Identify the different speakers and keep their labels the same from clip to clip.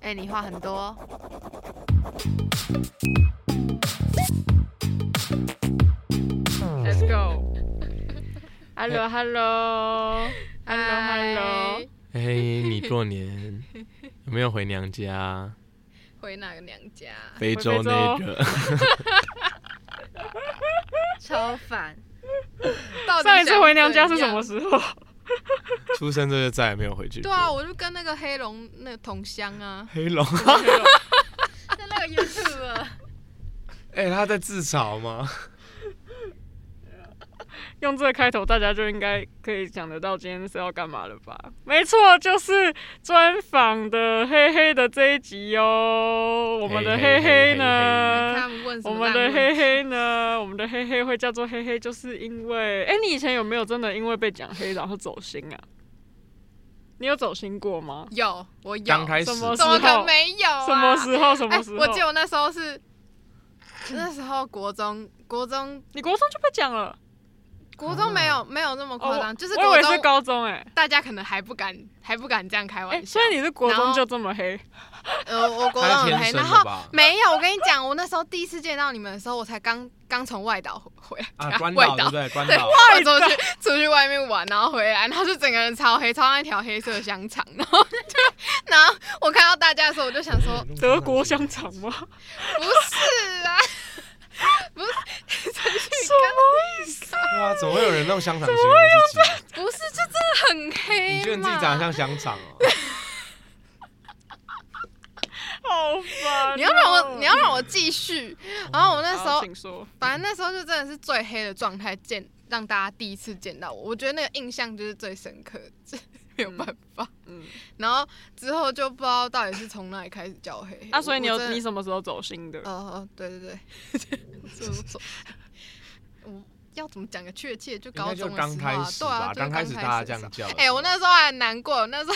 Speaker 1: 哎、你话很多。
Speaker 2: Let's go。Hello Hello Hello Hello，
Speaker 3: 哎、你过年有没有回娘家？
Speaker 4: 回哪个娘家？ 啊
Speaker 3: 非
Speaker 2: 洲
Speaker 3: 洲那个，
Speaker 4: 超烦。到底
Speaker 2: 上一次
Speaker 4: 想
Speaker 2: 回娘家
Speaker 4: 怎
Speaker 2: 是什么
Speaker 4: 样？
Speaker 2: 时候？
Speaker 3: 出生之后就再也没有回去。，
Speaker 4: 对啊，，我就跟那个黑龙那个同乡啊
Speaker 3: 黑龙，
Speaker 4: 在那个 YouTube，
Speaker 3: 哎、他在自嘲吗？
Speaker 2: 用这个开头，大家就应该可以想得到今天是要干嘛了吧？没错，就是专访的黑黑的这一集哦。我们的
Speaker 3: 嘿
Speaker 2: 黑
Speaker 3: 嘿嘿
Speaker 2: 黑呢？
Speaker 4: 他们问什
Speaker 2: 我
Speaker 4: 么
Speaker 2: 们
Speaker 4: 烂
Speaker 2: 的
Speaker 4: 问题？
Speaker 2: 黑黑呢？我们的黑黑会叫做黑黑，就是因为……哎、你以前有没有真的因为被讲黑然后走心啊？你有走心过吗？
Speaker 4: 有，我有。
Speaker 3: 刚开始
Speaker 2: 什么
Speaker 4: 怎么可
Speaker 2: 时候
Speaker 4: 能没有、啊？
Speaker 2: 什么时候？什
Speaker 4: 哎、
Speaker 2: 么时候？
Speaker 4: 我记得我那时候是，那时候国中，国中，
Speaker 2: 你国中就被讲了，
Speaker 4: 国中没有、没有那么夸张，
Speaker 2: 哦
Speaker 4: 就是
Speaker 2: 我我
Speaker 4: 国
Speaker 2: 以为
Speaker 4: 中
Speaker 2: 是高中哎、
Speaker 4: 大家可能还不敢，还不敢这样开
Speaker 2: 哎、
Speaker 4: 玩笑。
Speaker 2: 所以你是国
Speaker 4: 然
Speaker 2: 中
Speaker 4: 后
Speaker 2: 就这么黑，
Speaker 4: 呃，我国中
Speaker 3: 他是
Speaker 4: 很
Speaker 3: 天
Speaker 4: 黑，
Speaker 3: 生
Speaker 4: 然
Speaker 3: 的
Speaker 4: 后
Speaker 3: 吧？
Speaker 4: 没有，我跟你讲，我那时候第一次见到你们的时候，我才刚刚从外岛回回来，
Speaker 3: 啊，关
Speaker 4: 外
Speaker 3: 岛对不
Speaker 4: 岛。
Speaker 3: 对？关
Speaker 4: 对，
Speaker 3: 岛
Speaker 4: 我出去出去外面玩，然后回来，然后就整个人超黑，超像一条黑色的香肠，然后就， 然后我看到大家的时候，我就
Speaker 3: 哎
Speaker 4: 想说，
Speaker 2: 德国香肠 吗？
Speaker 4: 不是啊， 不是，陈旭
Speaker 3: 对啊，怎么会有人弄香肠形容自己？
Speaker 4: 刚不是，就真的很黑嘛。
Speaker 3: 你觉得你自己长得像香肠 哦、
Speaker 2: 好烦哦、
Speaker 4: 你要让 我，你要让我继续。然后我那时
Speaker 2: 好
Speaker 4: 候
Speaker 2: 请说，
Speaker 4: 反正那时候就真的是最黑的状态见，让大家第一次见到我，我觉得那个印象就是最深刻，这 没有办法。
Speaker 2: 嗯，
Speaker 4: 然后之后就不知道到底是从哪里开始叫我黑黑。
Speaker 2: 啊，所以你
Speaker 4: 我
Speaker 2: 有
Speaker 4: 真的
Speaker 2: 你什么时候走心的？
Speaker 4: 哦，对对对，这么说，我要怎么讲个确切？就
Speaker 3: 应
Speaker 4: 高
Speaker 3: 该就
Speaker 4: 中的
Speaker 3: 刚
Speaker 4: 时
Speaker 3: 开
Speaker 4: 候啊
Speaker 3: 始
Speaker 4: 对啊
Speaker 3: 吧，，
Speaker 4: 就是
Speaker 3: 刚开始大家
Speaker 4: 的
Speaker 3: 这
Speaker 4: 时候
Speaker 3: 样叫的时候。
Speaker 4: 哎、我那时候还很难过，我那 时候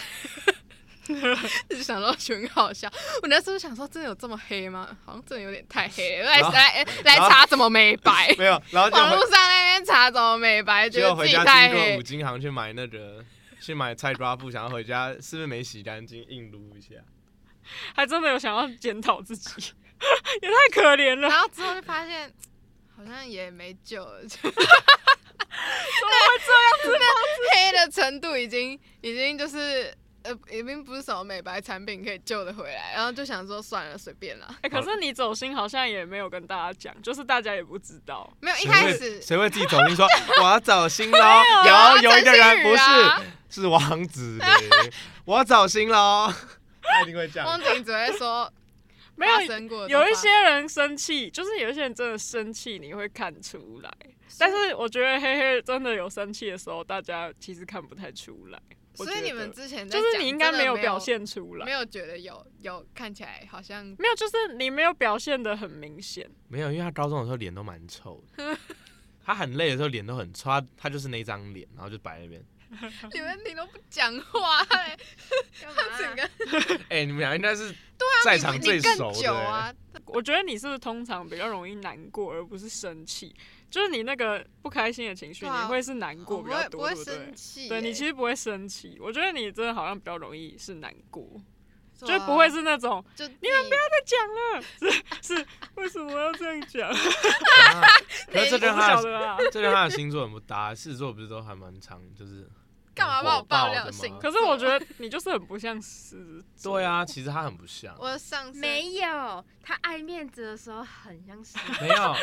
Speaker 4: 就想到觉得很好笑。我那时候想说，真的有这么黑吗？好像真的有点太黑了。来
Speaker 3: 然后
Speaker 4: 来来查怎么美白
Speaker 3: ，没有，然后就
Speaker 4: 网
Speaker 3: 回
Speaker 4: 络上那边查怎么美白，觉
Speaker 3: 结果
Speaker 4: 得
Speaker 3: 回
Speaker 4: 自己
Speaker 3: 家
Speaker 4: 太
Speaker 3: 经过
Speaker 4: 黑
Speaker 3: 五。金行去买那个去买菜瓜布，想要回家是不是没洗干净，硬撸一下？
Speaker 2: 还真的有想要检讨自己， 也太可怜了。
Speaker 4: 然后之后就发现，好像也没救了。就 那黑的程度已经已经就是呃，已经不是什么美白产品可以救得回来。然后就想说，算了，随便啦。
Speaker 2: 哎、可是你走心好像也没有跟大家讲，就是大家也不知道。
Speaker 4: 没有一
Speaker 3: 谁
Speaker 4: 开
Speaker 3: 会
Speaker 4: 始
Speaker 3: 谁会自己走 进说我要走心喽？
Speaker 4: 啊
Speaker 3: 有有一个
Speaker 4: 陈
Speaker 3: 人
Speaker 4: 信
Speaker 3: 不
Speaker 4: 宇啊
Speaker 3: 是，是王 子雷，我要走心喽。他一定会这样
Speaker 4: 汪。景只会说
Speaker 2: 没
Speaker 4: 发
Speaker 2: 有，
Speaker 4: 生过的
Speaker 2: 有一
Speaker 4: 话
Speaker 2: 些人生气，就是有一些人真的生气，你会看出来。但是我觉得黑黑真的有生气的时候，大家其实看不太出来。我
Speaker 4: 所以
Speaker 2: 觉
Speaker 4: 你
Speaker 2: 得
Speaker 4: 们之前在
Speaker 2: 就是
Speaker 4: 讲
Speaker 2: 你应该
Speaker 4: 真的
Speaker 2: 没
Speaker 4: 没
Speaker 2: 有表，现出来，
Speaker 4: 没有觉得有有看起来好像
Speaker 2: 没有，就是你没有表现的很明显。
Speaker 3: 没有，因为他高中的时候脸都蛮臭的，他很累的时候脸都很臭，他他就是那张脸，然后就摆在那边。
Speaker 4: 你们你都不讲话、欸，
Speaker 1: 干
Speaker 4: 他 整个
Speaker 3: 哎、你们俩应该是在场
Speaker 4: 你
Speaker 3: 最
Speaker 4: 啊你更
Speaker 3: 熟
Speaker 4: 久
Speaker 3: 的、欸
Speaker 4: 啊，
Speaker 2: 我觉得你是不是通常比较容易难过，而不是生气？就是你那个不开心的情绪，
Speaker 4: 对啊
Speaker 2: 你会是难
Speaker 4: 我
Speaker 2: 过
Speaker 4: 不
Speaker 2: 比较
Speaker 4: 会不
Speaker 2: 多，
Speaker 4: 会
Speaker 2: 对不对
Speaker 4: 生？气欸、
Speaker 2: 对你其实不会生气，我觉得你真的好像比较容易是难过，
Speaker 4: 对
Speaker 2: 就
Speaker 4: 啊
Speaker 2: 不会是那种
Speaker 4: 就你
Speaker 2: 你们不要再讲了，是是为什么要这样 讲？我
Speaker 3: 啊可是这
Speaker 2: 不
Speaker 3: 跟他
Speaker 2: 晓
Speaker 3: 的
Speaker 2: 得啊。
Speaker 3: 这跟他的星座很不搭，狮子座不是都还蛮长，就是
Speaker 4: 干嘛
Speaker 3: 很
Speaker 4: 把我
Speaker 3: 火爆
Speaker 4: 爆料
Speaker 3: 的吗
Speaker 4: 性格
Speaker 2: 可是我觉得你就是很不像狮子座，
Speaker 3: 对啊，其实他很不像，
Speaker 4: 我上次
Speaker 1: 没有，他爱面子的时候很像是。
Speaker 3: 没有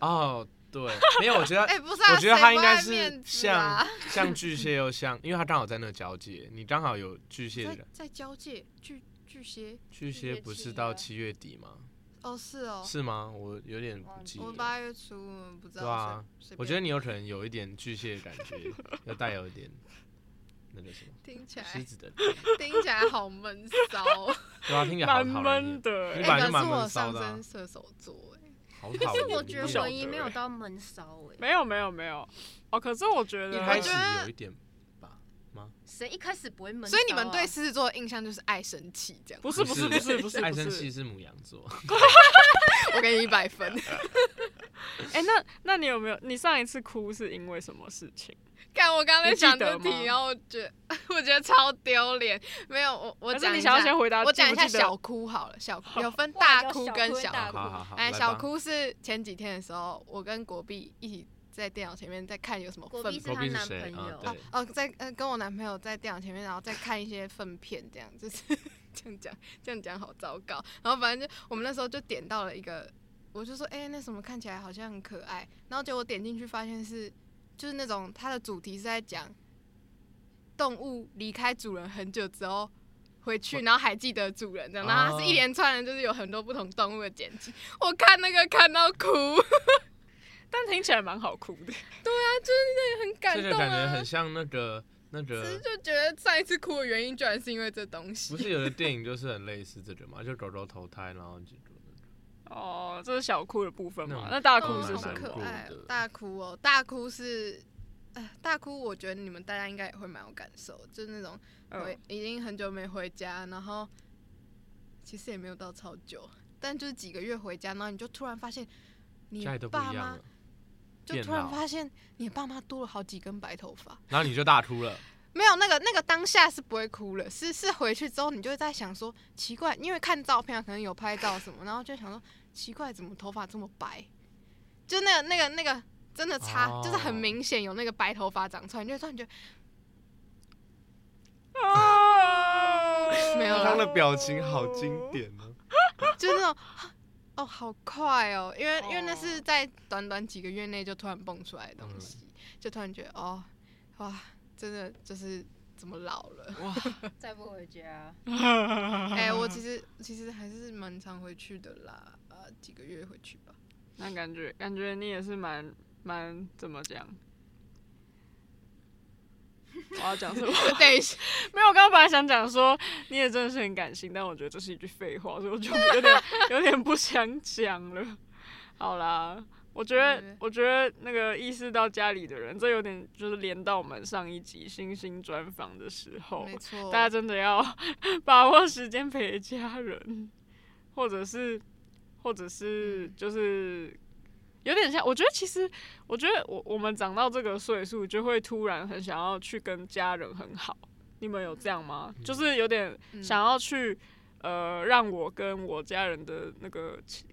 Speaker 3: 哦，对，没有，我觉 得。
Speaker 4: 哎、不是、啊，
Speaker 3: 呃 我觉得他
Speaker 4: 谁
Speaker 3: 应
Speaker 4: 不
Speaker 3: 该
Speaker 4: 爱
Speaker 3: 是
Speaker 4: 面子
Speaker 3: 像
Speaker 4: 啊
Speaker 3: 像巨蟹又像，因为他刚好在那个交界，你刚好有巨蟹
Speaker 4: 在
Speaker 3: 的，
Speaker 4: 在交界巨巨蟹
Speaker 3: 巨蟹不是到七月底吗？
Speaker 4: 哦是哦，
Speaker 3: 是吗？我有点不记
Speaker 4: 我
Speaker 3: 得。
Speaker 4: 八月初嗯不知
Speaker 3: 对
Speaker 4: 道
Speaker 3: 啊
Speaker 4: 谁、随
Speaker 3: 我
Speaker 4: 便
Speaker 3: 觉得你有可能有一点巨蟹的感觉，又带有一点那个什么
Speaker 4: 听起
Speaker 3: 狮
Speaker 4: 来
Speaker 3: 子的，
Speaker 4: 听起来好闷骚、哦，
Speaker 3: 对啊，听起来好
Speaker 2: 蛮
Speaker 3: 讨人
Speaker 2: 闷
Speaker 3: 厌，
Speaker 2: 的欸、
Speaker 3: 你
Speaker 4: 哎
Speaker 3: 本来就
Speaker 4: 可
Speaker 3: 蛮
Speaker 4: 是我
Speaker 3: 闷骚
Speaker 4: 上
Speaker 3: 的啊
Speaker 4: 升射手座、哎，
Speaker 3: 好讨
Speaker 1: 但
Speaker 3: 厌。
Speaker 1: 是我觉
Speaker 3: 不
Speaker 1: 得
Speaker 3: 晓
Speaker 1: 我一
Speaker 2: 得
Speaker 1: 没有
Speaker 2: 欸
Speaker 1: 到闷骚哎、
Speaker 2: 没有没有没有，哦，可是我觉
Speaker 3: 一
Speaker 2: 得
Speaker 3: 开
Speaker 4: 觉
Speaker 3: 始
Speaker 4: 得
Speaker 3: 有一点吧，吗？
Speaker 1: 谁一开始不会闷骚啊？
Speaker 4: 所以你们对狮子座的印象就是爱生气这样。
Speaker 2: 不是不是不是不是，
Speaker 3: 爱
Speaker 2: 不
Speaker 3: 生
Speaker 2: 是
Speaker 3: 气是母羊座，
Speaker 4: 我给你一百分，
Speaker 2: 哎、那那你有没有？你上一次哭是因为什么事情？
Speaker 4: 看我刚才讲这
Speaker 2: 你记得吗
Speaker 4: 题，然后我觉得 我觉得超丢脸。没有，我我
Speaker 2: 还是
Speaker 4: 讲
Speaker 2: 你
Speaker 4: 一
Speaker 2: 想要
Speaker 4: 下
Speaker 2: 先，回答，
Speaker 4: 我讲一下
Speaker 2: 记不记得
Speaker 4: 小哭好了。小哭有分
Speaker 1: 哇
Speaker 4: 大
Speaker 1: 有
Speaker 4: 哭
Speaker 1: 小
Speaker 4: 跟
Speaker 1: 哭
Speaker 4: 小
Speaker 1: 大
Speaker 3: 好
Speaker 1: 哭
Speaker 3: 好好好，
Speaker 4: 哎，
Speaker 3: 来
Speaker 4: 小
Speaker 3: 吧。
Speaker 4: 哭是前几天的时候，我跟国碧一起在电脑前面在看有什么
Speaker 1: 国
Speaker 4: 粪
Speaker 1: 碧是
Speaker 3: 国
Speaker 1: 她
Speaker 3: 宾
Speaker 1: 男
Speaker 3: 谁
Speaker 1: 朋
Speaker 3: 啊
Speaker 1: 友
Speaker 3: 对
Speaker 4: 哦哦，在呃跟我男朋友在电脑前面，然后再看一些粪片，这样就是 这样讲，这样讲好糟糕。然后反正就我们那时候就点到了一个，我就说哎、那什么看起来好像很可爱，然后结果点进去发现是就是那种它的主题是在讲动物离开主人很久之后。回去，然后还记得主人这样，然后它是一
Speaker 3: 哦
Speaker 4: 连串的，就是有很多不同动物的剪辑。我看那个看到哭，
Speaker 2: 但听起来蛮好哭的。
Speaker 4: 很感
Speaker 3: 这
Speaker 4: 动
Speaker 3: 个感觉
Speaker 4: 啊
Speaker 3: 很！像那个那
Speaker 4: 只是
Speaker 3: 个，
Speaker 4: 就觉得上一次哭的原因，居然是因为这东西。
Speaker 3: 不是有的电影就是很类似这种嘛，就狗狗投胎，然后就
Speaker 2: 哦，这是小哭的部分嘛？
Speaker 3: 那种
Speaker 2: 那大
Speaker 3: 哦
Speaker 2: 哭
Speaker 4: 好
Speaker 2: 是什
Speaker 3: 蛮
Speaker 4: 可
Speaker 2: 么？
Speaker 3: 酷
Speaker 4: 爱哦
Speaker 3: 的，
Speaker 4: 大哭哦，大哭是，呃，大哭，我觉得你们大家应该也会蛮有感受，就是那种回、
Speaker 2: 嗯
Speaker 4: 已经很久没回家，然后其实也没有到超久，但就是几个月回家，然后你就突然发现你
Speaker 3: 家里都不
Speaker 4: 爸
Speaker 3: 一样
Speaker 4: 妈
Speaker 3: 了，
Speaker 4: 就
Speaker 3: 变
Speaker 4: 突然
Speaker 3: 老
Speaker 4: 发现你爸妈多了好几根白头发，
Speaker 3: 然后你就大哭了。
Speaker 4: 没有那个那个当下是不会哭了，是是回去之后你就会在想说奇怪，因为看照片啊，可能有拍到什么，然后就想说奇怪，怎么头发这么白？就那个那个那个真的差，
Speaker 3: 哦
Speaker 4: 就是很明显有那个白头发长出来，你就突然觉得
Speaker 2: 嗯哦，
Speaker 4: 没有啦
Speaker 3: 他的表情好经。 典哦。
Speaker 4: 就是 那种哦好快哦，因为因为那
Speaker 2: 哦
Speaker 4: 是在短短几个月内就突然蹦出来的东西，就突然觉得哦哇，真的就是怎么老了？
Speaker 1: 再不回家，
Speaker 4: 哎、我其实其实还是蛮常回去的啦，呃，几个月回去吧。
Speaker 2: 那感觉感觉你也是蛮蛮怎么讲？我要讲什么？
Speaker 4: 等一下，
Speaker 2: 没有，我刚刚本来想讲说你也真的是很感性，但我觉得这是一句废话，所以我就有点有点不想讲了。 好啦，我觉得
Speaker 4: 嗯
Speaker 2: 我觉得那个意识到家里的人，这有点就是连到我们上一集星星专访的时候，
Speaker 4: 没错，
Speaker 2: 大家真的要 把握时间陪家人，或者是，或者是就是有点像，我觉得其实，我觉得我我们长到这个岁数，就会突然很想要去跟家人很好。你们有这样吗？
Speaker 3: 嗯
Speaker 2: 就是有点
Speaker 4: 嗯
Speaker 2: 想要去，呃，让我跟我家人的那个亲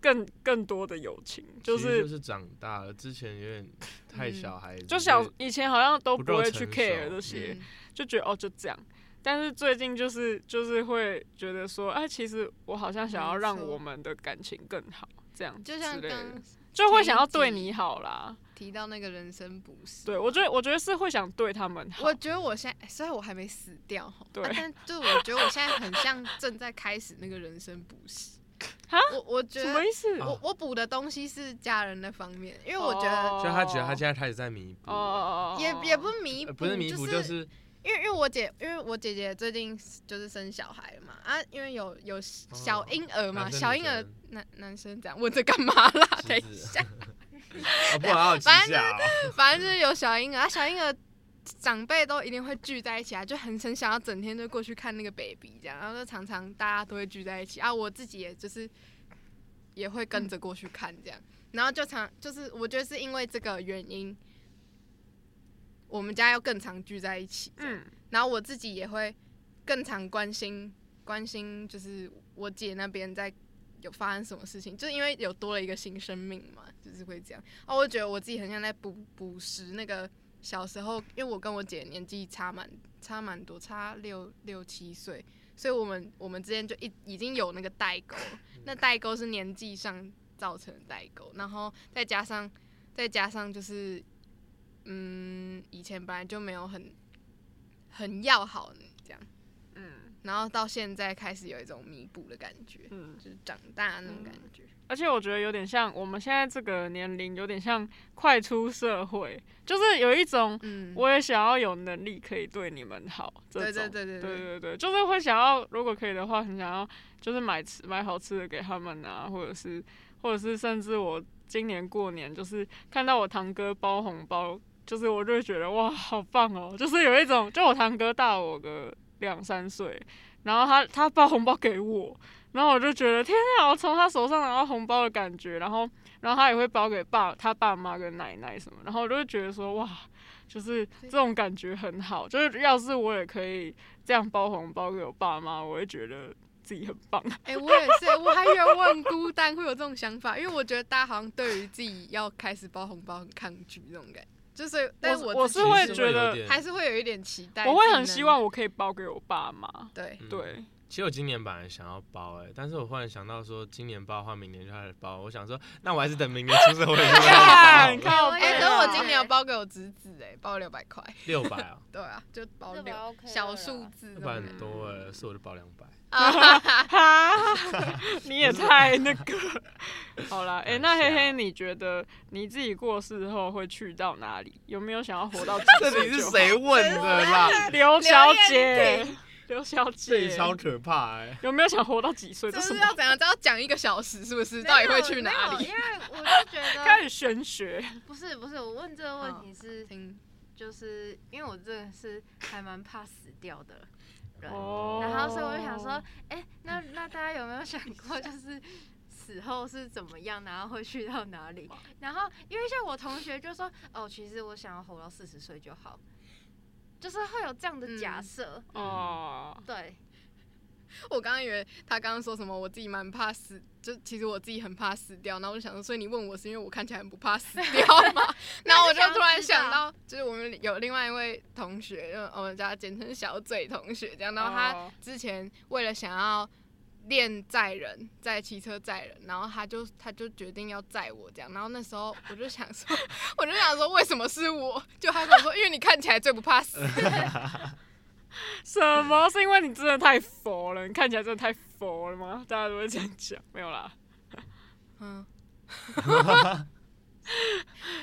Speaker 2: 更更多的友情，就
Speaker 3: 其实
Speaker 2: 是
Speaker 3: 就是长大了，之前有点太小孩子，
Speaker 2: 就小以前好像都
Speaker 3: 不
Speaker 2: 不
Speaker 3: 够
Speaker 2: 会去
Speaker 3: 成
Speaker 2: care
Speaker 3: 熟
Speaker 2: 这些，
Speaker 4: 嗯
Speaker 2: 就觉得哦就这样。但是最近就是就是会觉得说，哎、其实我好像想要
Speaker 4: 没
Speaker 2: 让
Speaker 4: 错
Speaker 2: 我们的感情更好，这样
Speaker 4: 就
Speaker 2: 之
Speaker 4: 像
Speaker 2: 类的
Speaker 4: 刚
Speaker 2: 就会想要
Speaker 4: 前几
Speaker 2: 对你好啦。
Speaker 4: 提到那个人生不是，
Speaker 2: 对，我觉得我觉得是会想对他们好
Speaker 4: 我。觉得我现在虽然我还没死掉吼，
Speaker 2: 对
Speaker 4: 啊但就我觉得我现在很像正在开始那个人生补习
Speaker 2: 哈。
Speaker 4: 我我觉
Speaker 2: 什
Speaker 4: 得
Speaker 2: 么意思？
Speaker 3: 啊
Speaker 4: 我我补的东西是家人那方面，因为我觉
Speaker 2: 哦
Speaker 4: 得
Speaker 3: 就他觉得他现在开始在弥补
Speaker 2: 哦，哦哦，
Speaker 4: 也
Speaker 2: 哦
Speaker 4: 也不是弥
Speaker 3: 呃
Speaker 4: 补，
Speaker 3: 不是弥补，
Speaker 4: 就
Speaker 3: 就是是
Speaker 4: 因为因为我姐因为我姐姐最近就是生小孩了嘛啊，因为有有小婴儿嘛，
Speaker 3: 哦男生
Speaker 4: 小
Speaker 3: 女
Speaker 4: 婴儿
Speaker 3: 生
Speaker 4: 男男生这样问这干嘛啦？等
Speaker 3: 侄
Speaker 4: 一
Speaker 3: 子
Speaker 4: 下，
Speaker 3: 啊，不然好奇一下哦，
Speaker 4: 反正就是有小婴儿，啊、小婴儿长辈都一定会聚在一起啊，就很很想要整天就过去看那个 baby 这样，然后就常常大家都会聚在一起啊。我自己也就是也会跟着过去看这样，然后就常就是我觉得是因为这个原因，我们家要更常聚在一起这样，
Speaker 2: 嗯，
Speaker 4: 然后我自己也会更常关心关心，就是我姐那边在有发生什么事情，就是因为有多了一个新生命嘛，就是会这样。哦，我觉得我自己很像在补补食那个小时候，因为我跟我姐年纪差蛮差蛮多，差六六七岁，所以我们我们之间就一已经有那个代沟了，那代沟是年纪上造成的代沟，然后再加上再加上就是嗯，以前本来就没有很很要好这样，
Speaker 2: 嗯
Speaker 4: 然后到现在开始有一种弥补的感觉，
Speaker 2: 嗯，
Speaker 4: 就是长大那种感觉。
Speaker 2: 而且我觉得有点像我们现在这个年龄，有点像快出社会，就是有一种
Speaker 4: 嗯，
Speaker 2: 我也想要有能力可以对你们好，这
Speaker 4: 对
Speaker 2: 种
Speaker 4: 对对对
Speaker 2: 对
Speaker 4: 对，
Speaker 2: 对对，就是会想要，如果可以的话，很想要就是买吃买好吃的给他们啊，或者是或者是甚至我今年过年就是看到我堂哥包红包就是我就会觉得哇，好棒哦！就是有一种，就我堂哥大我个两三岁，然后他他包红包给我，然后我就觉得天啊，我从他手上拿到红包的感觉，然后然后他也会包给爸他爸妈跟奶奶什么，然后我就会觉得说哇，就是这种感觉很好，就是要是我也可以这样包红包给我爸妈，我会觉得自己很 棒。
Speaker 4: 哎、我也是，我还以为我很孤单，会有这种想法，因为我觉得大家好像对于自己要开始包红包很抗拒这种感觉，就是，但
Speaker 2: 我
Speaker 4: 我
Speaker 2: 我
Speaker 4: 自
Speaker 2: 是
Speaker 4: 己
Speaker 2: 会
Speaker 3: 其实
Speaker 2: 觉得
Speaker 3: 有点
Speaker 4: 还是会有一点期待，
Speaker 2: 我会很
Speaker 4: 自己
Speaker 2: 希
Speaker 4: 能
Speaker 2: 望我可以包给我爸妈。
Speaker 4: 对，
Speaker 3: 嗯
Speaker 2: 对，
Speaker 3: 其实我今年本来想要包哎、但是我忽然想到说，今年包的话，明年就开始包。我想说，那我还是等明年出社会再
Speaker 2: 看，
Speaker 3: 来包好
Speaker 2: 靠
Speaker 3: 了。
Speaker 4: 哎、
Speaker 1: 哎
Speaker 2: 背
Speaker 4: 可是我
Speaker 2: 啊
Speaker 4: 今年有包给我侄子、哎，包六百块，
Speaker 3: 六百啊，
Speaker 4: 对啊，就包
Speaker 1: 这
Speaker 4: 六
Speaker 1: 把 OK 啊
Speaker 4: 小
Speaker 1: 了
Speaker 4: 数
Speaker 1: 啦
Speaker 4: 字这
Speaker 3: 六
Speaker 4: 种
Speaker 3: 百
Speaker 4: 感觉，
Speaker 3: 很多哎、所以我就包两百。
Speaker 2: 哈，你也太那个。好啦， 哎、那
Speaker 3: 啊
Speaker 2: 嘿嘿，你觉得你自己过世后会去到哪里？有没有想要活 到几岁？
Speaker 3: 这里是？谁问的 啦？
Speaker 2: 刘小姐， 刘小
Speaker 3: 这里
Speaker 2: 姐，
Speaker 3: 超可怕哎、
Speaker 2: 有没有想活到几岁？
Speaker 4: 就
Speaker 2: 这什
Speaker 4: 是
Speaker 2: 么
Speaker 4: 要？怎样？这要讲一个小时，是不是？到底会去哪
Speaker 1: 没有
Speaker 4: 里？
Speaker 1: 因 为我就觉
Speaker 2: 开始
Speaker 1: 得
Speaker 2: 玄学，
Speaker 1: 不是不是，我问这个问题是，
Speaker 4: 听，
Speaker 1: 就是因为我真的是还蛮怕死掉的人，
Speaker 2: 哦
Speaker 1: 然后所以我就想说，哎、那那大家有没有想 过，就是死后是怎么样，然后会去到哪里？然后因为像我同学就说，哦，其实我想要活到四十岁就好，就是会有这样的假
Speaker 4: 嗯
Speaker 1: 设，
Speaker 2: 哦，
Speaker 1: 对，
Speaker 4: 我刚刚以为他刚刚说什么，我自己蛮怕死，就其实我自己很怕死掉。然后我就想说，所以你问我是因为我看起来很不怕死掉 吗？ 然后我就突然想到，就是我们有另外一位同学，就我们叫他简称小嘴同学，这样。然后他
Speaker 2: 哦
Speaker 4: 之前为了想要练载人，在骑车载人，然后他就他就决定要载我这样。然后那时候我就想说， 我就想说为什么是我？就他跟我说，因为你看起来最不怕 死。
Speaker 2: 什么？是因为你真的太佛了？你看起来真的太佛了吗？ 大家都会这样讲，没有啦。
Speaker 4: 嗯，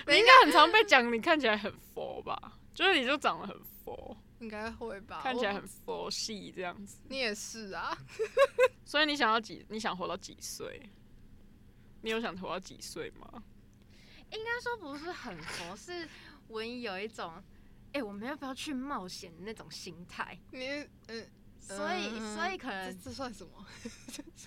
Speaker 2: 你应该很常被讲你看起来很佛吧？就是你就长得很佛，
Speaker 4: 应该会吧？
Speaker 2: 看起来很
Speaker 4: 我
Speaker 2: 佛系这样子。
Speaker 4: 你也是啊。
Speaker 2: 所以你想要几？你想活到几岁？你有想活到几岁吗？
Speaker 1: 应该说不是很佛，是我有一种，哎、我们要不要去冒险的那种心态，
Speaker 4: 你嗯，
Speaker 1: 所以、
Speaker 4: 嗯
Speaker 1: 所以可
Speaker 4: 这
Speaker 1: 能
Speaker 4: 这算什么？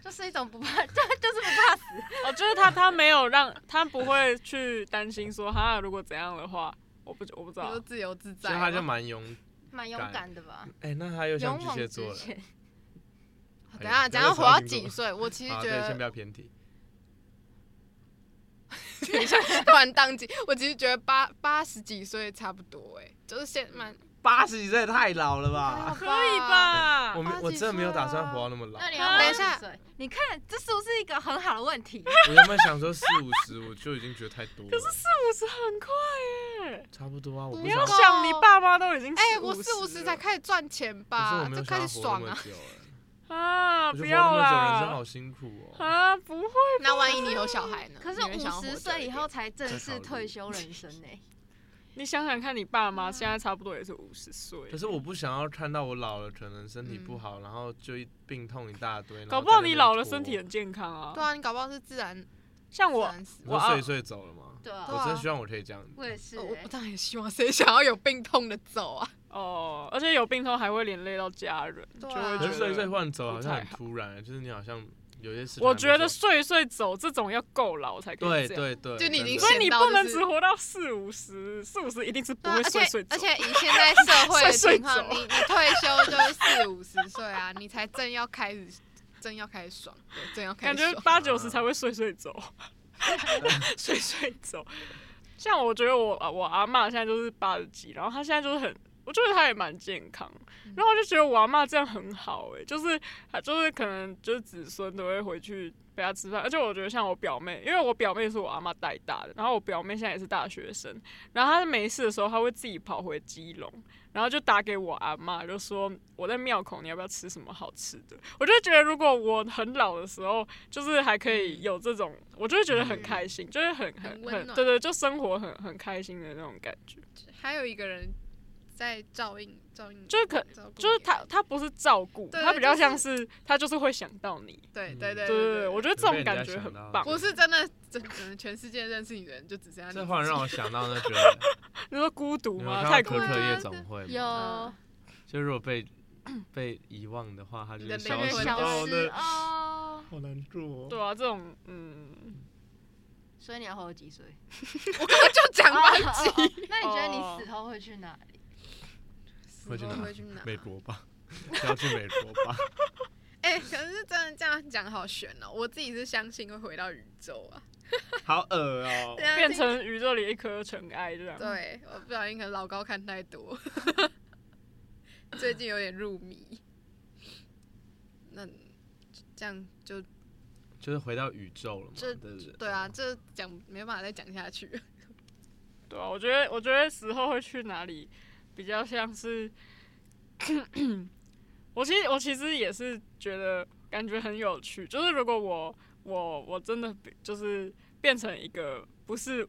Speaker 1: 就是一种不怕， 对，就是不怕死。
Speaker 2: 哦，就是他，他没有让他不会去担心说，哈，如果怎样的话，我不我不知
Speaker 4: 你说
Speaker 2: 道。
Speaker 4: 自由自
Speaker 3: 啊其
Speaker 4: 在
Speaker 3: 实
Speaker 4: 吗，
Speaker 3: 他就蛮勇，
Speaker 1: 蛮勇敢的吧，
Speaker 3: 哎、那他又像
Speaker 1: 勇
Speaker 3: 巨
Speaker 1: 往
Speaker 3: 蟹
Speaker 1: 直
Speaker 3: 座了。
Speaker 1: 前。
Speaker 4: 等一下，
Speaker 3: 哎
Speaker 4: 讲到
Speaker 3: 那个
Speaker 4: 活
Speaker 3: 时
Speaker 4: 到
Speaker 3: 候听
Speaker 4: 几
Speaker 3: 过
Speaker 4: 岁，我其实
Speaker 3: 好，
Speaker 4: 觉
Speaker 3: 对，先不
Speaker 4: 得
Speaker 3: 要偏题。
Speaker 4: 等一下突然宕机，我其实觉得八八十几岁差不多哎、就是现蛮
Speaker 3: 八十几岁也太老了吧？
Speaker 2: 可以？吧
Speaker 3: 我？没，我真的没有打算活到那么老。
Speaker 1: 那你
Speaker 2: 啊
Speaker 1: 要
Speaker 4: 等一下
Speaker 1: 几岁，你看这是不是一个很好的问题？
Speaker 3: 我原本想说四五十，我就已经觉得太多了。可是
Speaker 2: 四
Speaker 3: 四
Speaker 2: 五十很快耶！
Speaker 3: 差不多啊，我
Speaker 4: 不
Speaker 3: 不
Speaker 2: 你
Speaker 3: 想
Speaker 2: 要
Speaker 4: 要，
Speaker 2: 想，你爸妈都已经
Speaker 4: 哎、
Speaker 2: 45
Speaker 4: 我四五十才
Speaker 2: 了
Speaker 4: 开始赚钱
Speaker 3: 可是
Speaker 4: 吧
Speaker 3: 我，
Speaker 4: 就
Speaker 3: 没有
Speaker 4: 开
Speaker 3: 想
Speaker 4: 始
Speaker 3: 要活
Speaker 4: 爽
Speaker 3: 那
Speaker 4: 啊
Speaker 3: 么。久哎。
Speaker 2: 啊！
Speaker 3: 我觉
Speaker 2: 不
Speaker 3: 得
Speaker 2: 要
Speaker 3: 活那么久，人生
Speaker 2: 啦
Speaker 3: 好！辛苦哦。
Speaker 2: 啊，不会，
Speaker 4: 那万一你有小孩呢？
Speaker 1: 可是
Speaker 4: 你会想要
Speaker 1: 五
Speaker 4: 活久
Speaker 1: 十
Speaker 4: 一
Speaker 1: 岁以
Speaker 4: 点
Speaker 1: 后哦才正
Speaker 3: 再考
Speaker 1: 式
Speaker 3: 虑
Speaker 1: 退休人生呢、
Speaker 2: 你想想看，你爸
Speaker 4: 嗯
Speaker 2: 妈现在差不多也是五十岁
Speaker 3: 可，是我不想要看到我老了，可能身体不好，然后就一病痛一大堆。然后
Speaker 2: 搞不好
Speaker 3: 在那边
Speaker 2: 你老了
Speaker 3: 拖
Speaker 2: 身体很健康啊
Speaker 4: 对。啊，你搞不好是自然
Speaker 2: 像
Speaker 4: 自
Speaker 2: 我
Speaker 4: 然死
Speaker 3: 你
Speaker 4: 亡。
Speaker 2: 我
Speaker 3: 说
Speaker 2: 啊
Speaker 3: 睡一睡走了吗？
Speaker 1: 对啊，
Speaker 4: 对啊
Speaker 3: 我真希望我可以这样子。
Speaker 1: 我也是、
Speaker 4: 哦我
Speaker 1: 欸
Speaker 4: 我。当然也希望谁想要有病痛的走啊？
Speaker 2: 哦，而且有病痛还会连累到家人，
Speaker 4: 对
Speaker 2: 就
Speaker 4: 啊
Speaker 2: 会
Speaker 3: 可
Speaker 2: 觉得
Speaker 3: 是睡一睡换走好像
Speaker 2: 不
Speaker 3: 很
Speaker 2: 太好
Speaker 3: 突然，就是你好像有些事。
Speaker 2: 我觉得睡一睡走这种要够老才可
Speaker 3: 对
Speaker 2: 以这样。
Speaker 3: 对对，
Speaker 4: 就你已经
Speaker 3: 真的
Speaker 2: 所以你
Speaker 4: 闲到
Speaker 2: 不
Speaker 4: 就
Speaker 2: 能
Speaker 4: 是
Speaker 2: 只活到四五十，四五十一定是不
Speaker 4: 对啊
Speaker 2: 会
Speaker 4: 而
Speaker 2: 睡
Speaker 4: 且
Speaker 2: 睡走。
Speaker 4: 而且 以现在社会的
Speaker 2: 睡
Speaker 4: 情况
Speaker 2: 睡，走
Speaker 4: 你你退休就是四五十岁啊，你才正要开始，正要开始爽，对，正要开
Speaker 2: 感
Speaker 4: 始
Speaker 2: 觉
Speaker 4: 爽。
Speaker 2: 八九十才会睡睡走， 睡睡走。像我觉得我啊我阿嬷现在就是八十几，然后她现在就是很，我觉得她也蛮健康，
Speaker 4: 嗯
Speaker 2: 然后我就觉得我阿嬷这样很好诶、就是她就是可能就是子孙都会回去陪她吃饭，而且我觉得像我表妹，因为我表妹是我阿嬷带大的，然后我表妹现在也是大学生，然后她没事的时候，她会自己跑回基隆，然后就打给我阿嬷，就说我在庙口，你要不要吃什么好吃的？我就觉得如果我很老的时候，就是还可以有这种，我就会觉得很开心，就是很
Speaker 4: 嗯很
Speaker 2: 很
Speaker 4: 温暖
Speaker 2: 很对对，就生活很很开心的那种感觉。
Speaker 4: 还有一个人在照应照应，
Speaker 2: 就是可
Speaker 4: 照顾你啊
Speaker 2: 就是他，他不是照顾，
Speaker 4: 嗯对
Speaker 2: 他比较
Speaker 4: 就是
Speaker 2: 像是他就是会想到你，
Speaker 4: 对对对
Speaker 3: 嗯
Speaker 2: 对对对，我觉得这种
Speaker 3: 被人家
Speaker 2: 感觉
Speaker 3: 想
Speaker 2: 很
Speaker 3: 到
Speaker 2: 棒。
Speaker 4: 不是真的，整整全世界认识你的人就只剩下你自
Speaker 3: 这
Speaker 4: 己。
Speaker 3: 话让我想到那个，
Speaker 2: 你说孤独
Speaker 3: 你
Speaker 2: 吗？
Speaker 3: 们
Speaker 2: 太
Speaker 3: 看
Speaker 2: 孤
Speaker 3: 过
Speaker 2: 独
Speaker 3: 可
Speaker 1: 对
Speaker 3: 可
Speaker 1: 啊
Speaker 3: 夜
Speaker 1: 这
Speaker 3: 总会吗？
Speaker 1: 有
Speaker 3: 就如果被被遗忘的话，他就
Speaker 4: 你的
Speaker 3: 是
Speaker 4: 那
Speaker 3: 消
Speaker 4: 个
Speaker 3: 失
Speaker 4: 魂
Speaker 1: 消
Speaker 3: 到
Speaker 1: 失
Speaker 3: 那，
Speaker 1: 哦。
Speaker 3: 好难做
Speaker 2: 对啊，这种嗯，
Speaker 1: 所以你要活几岁？
Speaker 4: 我刚刚就讲
Speaker 2: 啊
Speaker 4: 吧，
Speaker 1: 哦哦哦 那你觉得你死后会去哪里？
Speaker 4: 死
Speaker 3: 会去
Speaker 4: 后
Speaker 3: 哪
Speaker 4: 会去哪？
Speaker 3: 美国吧，要去美国吧。
Speaker 4: 哎、可是真的这样讲好悬哦、我自己是相信会回到宇宙啊，
Speaker 3: 好恶哦、
Speaker 4: 对啊
Speaker 2: 变成宇宙里一颗尘埃这样。
Speaker 4: 对，我不小心可能老高看太多， 最近有点入迷。那这样就
Speaker 3: 就是回到宇宙了嘛，
Speaker 4: 这
Speaker 3: 对不对？
Speaker 4: 对啊，，这讲没办法再讲下 去。
Speaker 2: 对啊，我觉得我觉得死后会去哪里，比较像是， 我其实我其实也是觉得感觉很有趣，就是如果我我我真的比就是变成一个不是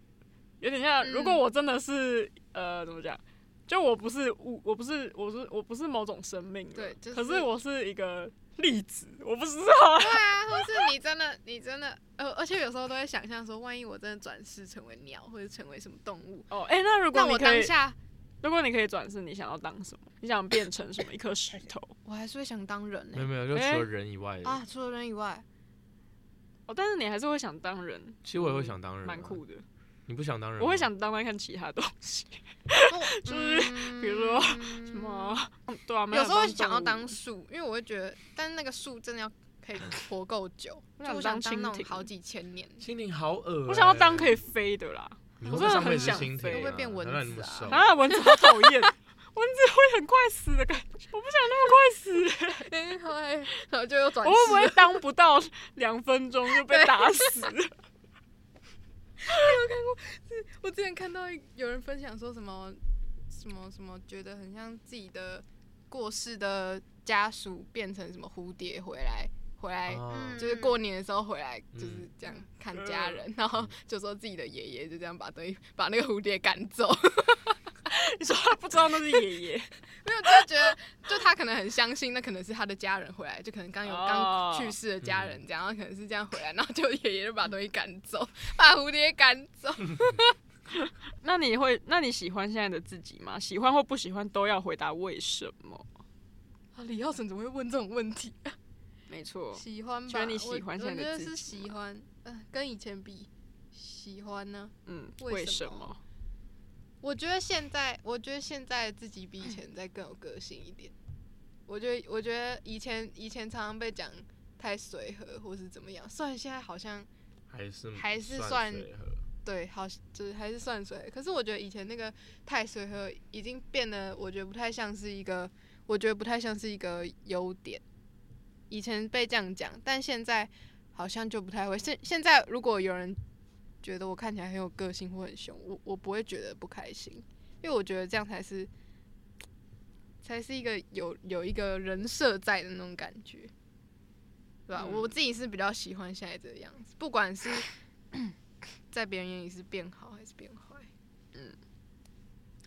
Speaker 2: 有点像，
Speaker 4: 嗯
Speaker 2: 如果我真的是呃怎么讲，就我不是物，我不是我是我不是某种生命了，
Speaker 4: 对就是
Speaker 2: 可是我是一个粒子，我不知道，
Speaker 4: 对啊，或是你真的你真的呃，而且有时候都会想象说，万一我真的转世成为鸟或者成为什么动物，
Speaker 2: 哦，哎、那如果
Speaker 4: 那
Speaker 2: 你
Speaker 4: 我
Speaker 2: 可
Speaker 4: 当
Speaker 2: 以，
Speaker 4: 下
Speaker 2: 如果你可以转世，你想要当什么？你想变成什么？一颗石头？
Speaker 4: 我还是会想当人呢、
Speaker 3: 没有没有，就
Speaker 2: 哎
Speaker 3: 除了人以外，
Speaker 4: 啊，除了人以外，
Speaker 2: 哦，但是你还是会想当人，
Speaker 3: 其实我也会想当人、啊，啊
Speaker 2: 蛮。酷的。
Speaker 3: 你不想当人？
Speaker 2: 我会，想当当看其他东西，
Speaker 4: 哦
Speaker 2: 就是
Speaker 4: 是
Speaker 2: 比如说什么， 对啊，
Speaker 4: 嗯有时候会想要
Speaker 2: 没有
Speaker 4: 当树，因为我会觉得，但是那个树真的要可以活够久，
Speaker 2: 我
Speaker 4: 就
Speaker 2: 想
Speaker 4: 我想
Speaker 2: 当
Speaker 4: 当那
Speaker 2: 蜻
Speaker 4: 种
Speaker 2: 蜓
Speaker 4: 好几千年。
Speaker 3: 蜻蜓好恶、
Speaker 2: 动物，我想要当可
Speaker 3: 以，
Speaker 2: 以飞的啦。
Speaker 3: 你
Speaker 4: 我
Speaker 3: 会不
Speaker 4: 真
Speaker 3: 会
Speaker 4: 的很
Speaker 3: 上辈子是
Speaker 2: 想
Speaker 3: 蜻
Speaker 2: 飞
Speaker 3: 蜓、啊，
Speaker 2: 会不
Speaker 4: 会变蚊
Speaker 3: 难怪你那
Speaker 4: 子
Speaker 3: 么
Speaker 4: 啊
Speaker 3: 瘦
Speaker 2: 啊，蚊子好讨厌，蚊 子会很快死的感觉，我不想那 么快死，
Speaker 4: 哎，后来然后就又转
Speaker 2: 我会不会当不到两分钟就被打 死？
Speaker 4: 我之前看到一有人分享说什么什么什么，觉得很像自己的过世的家属变成什么蝴蝶回来，回来、
Speaker 3: 哦
Speaker 1: 嗯
Speaker 4: 就是过年的时候回来，
Speaker 3: 嗯
Speaker 4: 就是这样看
Speaker 2: 嗯
Speaker 4: 家人，然后就说自己的爷爷就这样把东西把那个蝴蝶赶走，
Speaker 2: 你说他不知道那是爷爷，
Speaker 4: 没有就觉得就他可能很相信，那可能是他的家人回来，就可能刚有
Speaker 2: 哦
Speaker 4: 刚去世的家人这样，然后可能是这样回来，然后就爷爷就把东西赶走，把蝴蝶赶走。
Speaker 2: 嗯那你会，那你喜欢现在的自己吗？喜欢或不喜欢都要回答为什么？
Speaker 4: 啊李耀成怎么会问这种问题？啊
Speaker 2: 没错，
Speaker 4: 喜欢吧，
Speaker 2: 觉得你喜欢
Speaker 4: 我
Speaker 2: 现在的
Speaker 4: 我觉得
Speaker 2: 自
Speaker 4: 是
Speaker 2: 己
Speaker 4: 喜欢，呃，跟以前比，喜欢呢。
Speaker 2: 嗯，为
Speaker 4: 为
Speaker 2: 什
Speaker 4: 什
Speaker 2: 么
Speaker 4: 么？我觉得现在，我觉得现在自己比以前再更有个性一点。我觉得，我觉得以前以前常常被讲太随和或是怎么样，虽然现在好像
Speaker 3: 还是
Speaker 4: 还是
Speaker 3: 算
Speaker 4: 算
Speaker 3: 随和
Speaker 4: 对，好就是还是算随和，可是我觉得以前那个太随和已经变得，我觉得不太像是一个，我觉得不太像是一个优点。以前被这样讲，但现在好像就不太会。现现在如果有人觉得我看起来很有个性或很凶，我我不会觉得不开心，因为我觉得这样才是才是一个有有一个人设在的那种感觉，对吧？
Speaker 2: 嗯
Speaker 4: 我自己是比较喜欢现在这个样子，不管是在别人眼里是变好还是变坏，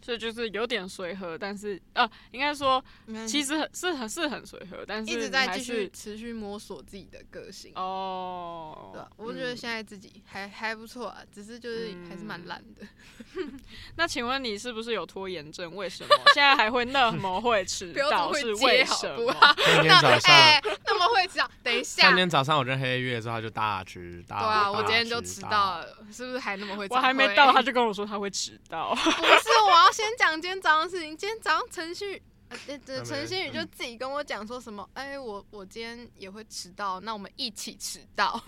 Speaker 2: 所以就是有点随和，但是呃，应该说其
Speaker 4: 实
Speaker 2: 实很是很是很随和，但
Speaker 4: 嗯
Speaker 2: 是
Speaker 4: 一直
Speaker 2: 你
Speaker 4: 在
Speaker 2: 还
Speaker 4: 继续
Speaker 2: 是
Speaker 4: 持续摸索自己的个性，
Speaker 2: 哦。
Speaker 4: 对吧？我觉得现在
Speaker 2: 在、
Speaker 4: 自己还还不错啊，只是就是还是蛮
Speaker 2: 嗯
Speaker 4: 懒 的，
Speaker 2: 那请问你是不是有拖延症？为什么现在还会那么会迟
Speaker 4: 不要
Speaker 2: 到？
Speaker 4: 总
Speaker 2: 是
Speaker 4: 会
Speaker 2: 为
Speaker 4: 接
Speaker 2: 什
Speaker 4: 好不
Speaker 2: 么？
Speaker 4: 好？
Speaker 3: 那天
Speaker 4: 那
Speaker 3: 早
Speaker 4: 哎
Speaker 3: 上，，
Speaker 4: 那么会 讲，等一下
Speaker 3: 那。天早上我认黑月之后，他就大迟到。
Speaker 4: 对啊，
Speaker 3: 大
Speaker 4: 我今天就迟
Speaker 3: 迟
Speaker 4: 到。了，是不是还那么会早
Speaker 2: 我
Speaker 4: 会？
Speaker 2: 还没到，他就跟我说他会迟到。
Speaker 4: 不是，我要先讲今天早上的事情。今天早上程序，呃，
Speaker 3: 没嗯
Speaker 4: 呃陈星宇就自己跟我讲说什么，哎、我我今天也会迟到，那我们一起迟到，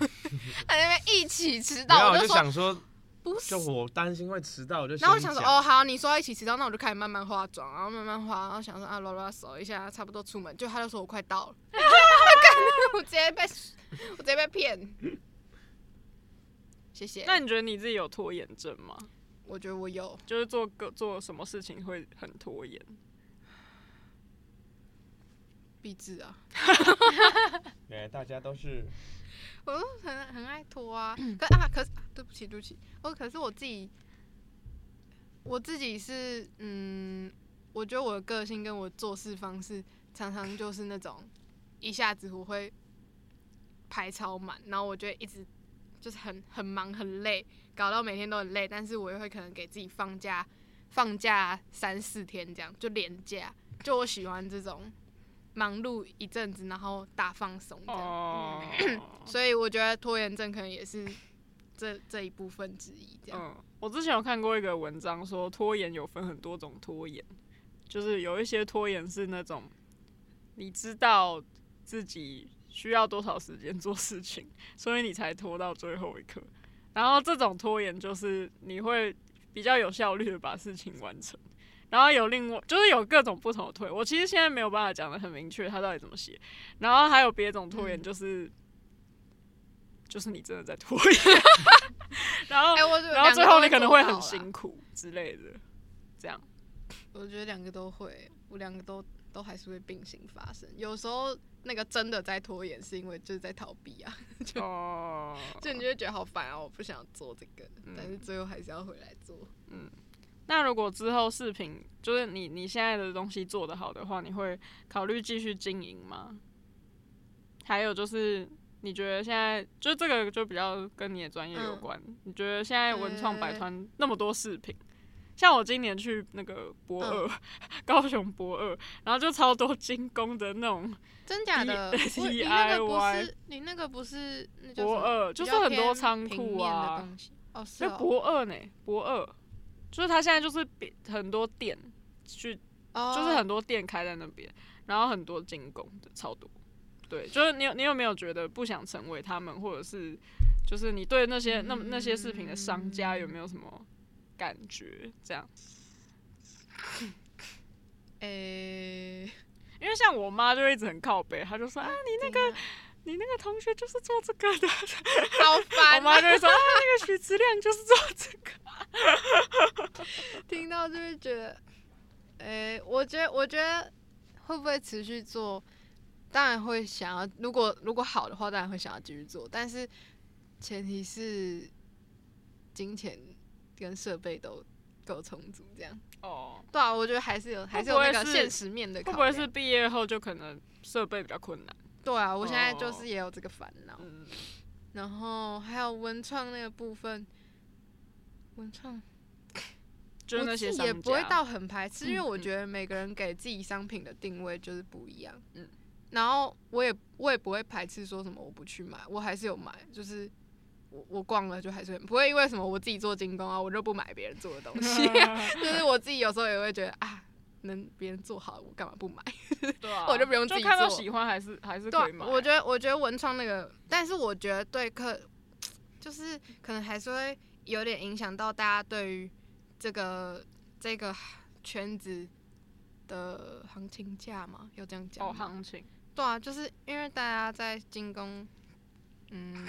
Speaker 4: 在那边一起迟
Speaker 3: 没有，
Speaker 4: 到，
Speaker 3: 我
Speaker 4: 我
Speaker 3: 就
Speaker 4: 说
Speaker 3: 想说，
Speaker 4: 不。
Speaker 3: 就是
Speaker 4: 啊
Speaker 3: 我担心会迟到，我就
Speaker 4: 然后我
Speaker 3: 先
Speaker 4: 想说，
Speaker 3: 讲
Speaker 4: 哦，好，你说要一起迟到，那我就开始慢慢化妆，然后慢慢化，然后想说啊，拉拉手一下，差不多出门，就他就说我快到 了，我直接被，我直接被骗，谢谢。
Speaker 2: 那你觉得你自己有拖延症吗？
Speaker 4: 我觉得我有，
Speaker 2: 就是做个做什么事情会很拖延？
Speaker 4: 必致啊。
Speaker 3: 原来大家都是
Speaker 4: 我都很很爱拖啊。可啊，可是啊对不起，哦对不起，我可是我自己，我自己是嗯，我觉得我的个性跟我做事方式常常就是那种一下子我会排超满，然后我就会一直就是很很忙很累，搞到每天都很累，但是我又会可能给自己放假，放假三四天这样就连假，就我喜欢这种忙碌一阵子，然后大放松这样。
Speaker 2: 哦，
Speaker 4: 所以我觉得拖延症可能也是这这一部分之一，这样。
Speaker 2: 嗯，我之前有看过一个文章说，拖延有分很多种拖延，就是有一些拖延是那种你知道自己需要多少时间做事情，所以你才拖到最后一刻。然后这种拖延就是你会比较有效率的把事情完成。然后有另外就是有各种不同的拖延，我其实现在没有办法讲的很明确它到底怎么写。然后还有别种拖延
Speaker 4: 嗯
Speaker 2: 就是、就是你真的在拖延， 然后
Speaker 4: 哎、我
Speaker 2: 然后最后你可能会
Speaker 4: 两
Speaker 2: 很
Speaker 4: 个都做到啦
Speaker 2: 辛苦之类的，这样。
Speaker 4: 我觉得两个都会，我两个都都还是会并行发生。有时候那个真的在拖延，是因为就是在逃避啊，
Speaker 2: 哦，
Speaker 4: 就你就会觉得好烦啊，我不想做这个，
Speaker 2: 嗯
Speaker 4: 但是最后还是要回来做。
Speaker 2: 那如果之后视频就是你你现在的东西做得好的话，你会考虑继续经营吗？还有就是，你觉得现在就这个就比较跟你的专业
Speaker 4: 嗯
Speaker 2: 有关，你觉得现在文创百团那么多视频？像我今年去那个
Speaker 4: 嗯
Speaker 2: 博二， 高雄博二，然后就超多 精工的那种
Speaker 4: 真假的？ 我你那个不
Speaker 2: DIY
Speaker 4: 是你那个不是那叫
Speaker 2: 博
Speaker 4: 什么
Speaker 2: 二，就
Speaker 4: 比
Speaker 2: 是
Speaker 4: 较
Speaker 2: 很多
Speaker 4: 偏
Speaker 2: 仓
Speaker 4: 平
Speaker 2: 库
Speaker 4: 面
Speaker 2: 啊，
Speaker 4: 的东西哦，是
Speaker 2: 所以
Speaker 4: 哦
Speaker 2: 博二呢，博二就是他现在就是比很多店去，
Speaker 4: 哦
Speaker 2: 就是很多店开在那边，然后很多精工的超多。对，就是你有你有没有觉得不想成为他们，或者是就是你对那些那那些视频的商家有没有什么感觉？这样，
Speaker 4: 诶、
Speaker 2: 因为像我妈就一直很靠背，她就说啊，
Speaker 4: 你那个
Speaker 2: 你那个同学就是做这个 的，
Speaker 4: 好
Speaker 2: 我
Speaker 4: 烦、
Speaker 2: 妈
Speaker 4: 啊，
Speaker 2: 就会说啊，那个许知亮就是做 这个。
Speaker 4: 听到就会觉得，诶、我觉得我觉得会不会持续做？当然会想要，如果如果好的话，当然会想要继续做，但是前提是金钱跟设备都够充足，这样。
Speaker 2: 哦，
Speaker 4: 对啊，我觉得还是有还是有
Speaker 2: 会
Speaker 4: 那
Speaker 2: 不
Speaker 4: 个
Speaker 2: 会是
Speaker 4: 现实面的考
Speaker 2: 会
Speaker 4: 量。
Speaker 2: 不会是毕业后就可能设备比较困难？
Speaker 4: 对啊，我现在就
Speaker 2: 哦
Speaker 4: 是也有这个烦恼。
Speaker 2: 嗯，
Speaker 4: 然后还有文创那个部分，文创
Speaker 2: 就是那些
Speaker 4: 我自己
Speaker 2: 商家
Speaker 4: 也不会到很排斥，因为
Speaker 2: 嗯
Speaker 4: 我
Speaker 2: 嗯
Speaker 4: 觉得每个人给自己商品的定位就是不一样。
Speaker 2: 嗯，
Speaker 4: 然后我也我也不会排斥说什么我不去买，我还是有买，就是我我逛了就还是很不会因为什么我自己做精工啊，我就不买别人做的东 西。 就是我自己有时候也会觉得啊，能别人做好，我干嘛不买？
Speaker 2: 对 啊，
Speaker 4: 我就不用自己
Speaker 2: 就看到
Speaker 4: 做
Speaker 2: 喜欢还是还是
Speaker 4: 对啊
Speaker 2: 可以买。
Speaker 4: 我觉得我觉得文创那个，但是我觉得对客就是可能还是会有点影响到大家对于这个这个圈子的行情价嘛，要这样讲
Speaker 2: 哦
Speaker 4: 吗
Speaker 2: 行情，
Speaker 4: 对啊，就是因为大家在进攻，嗯，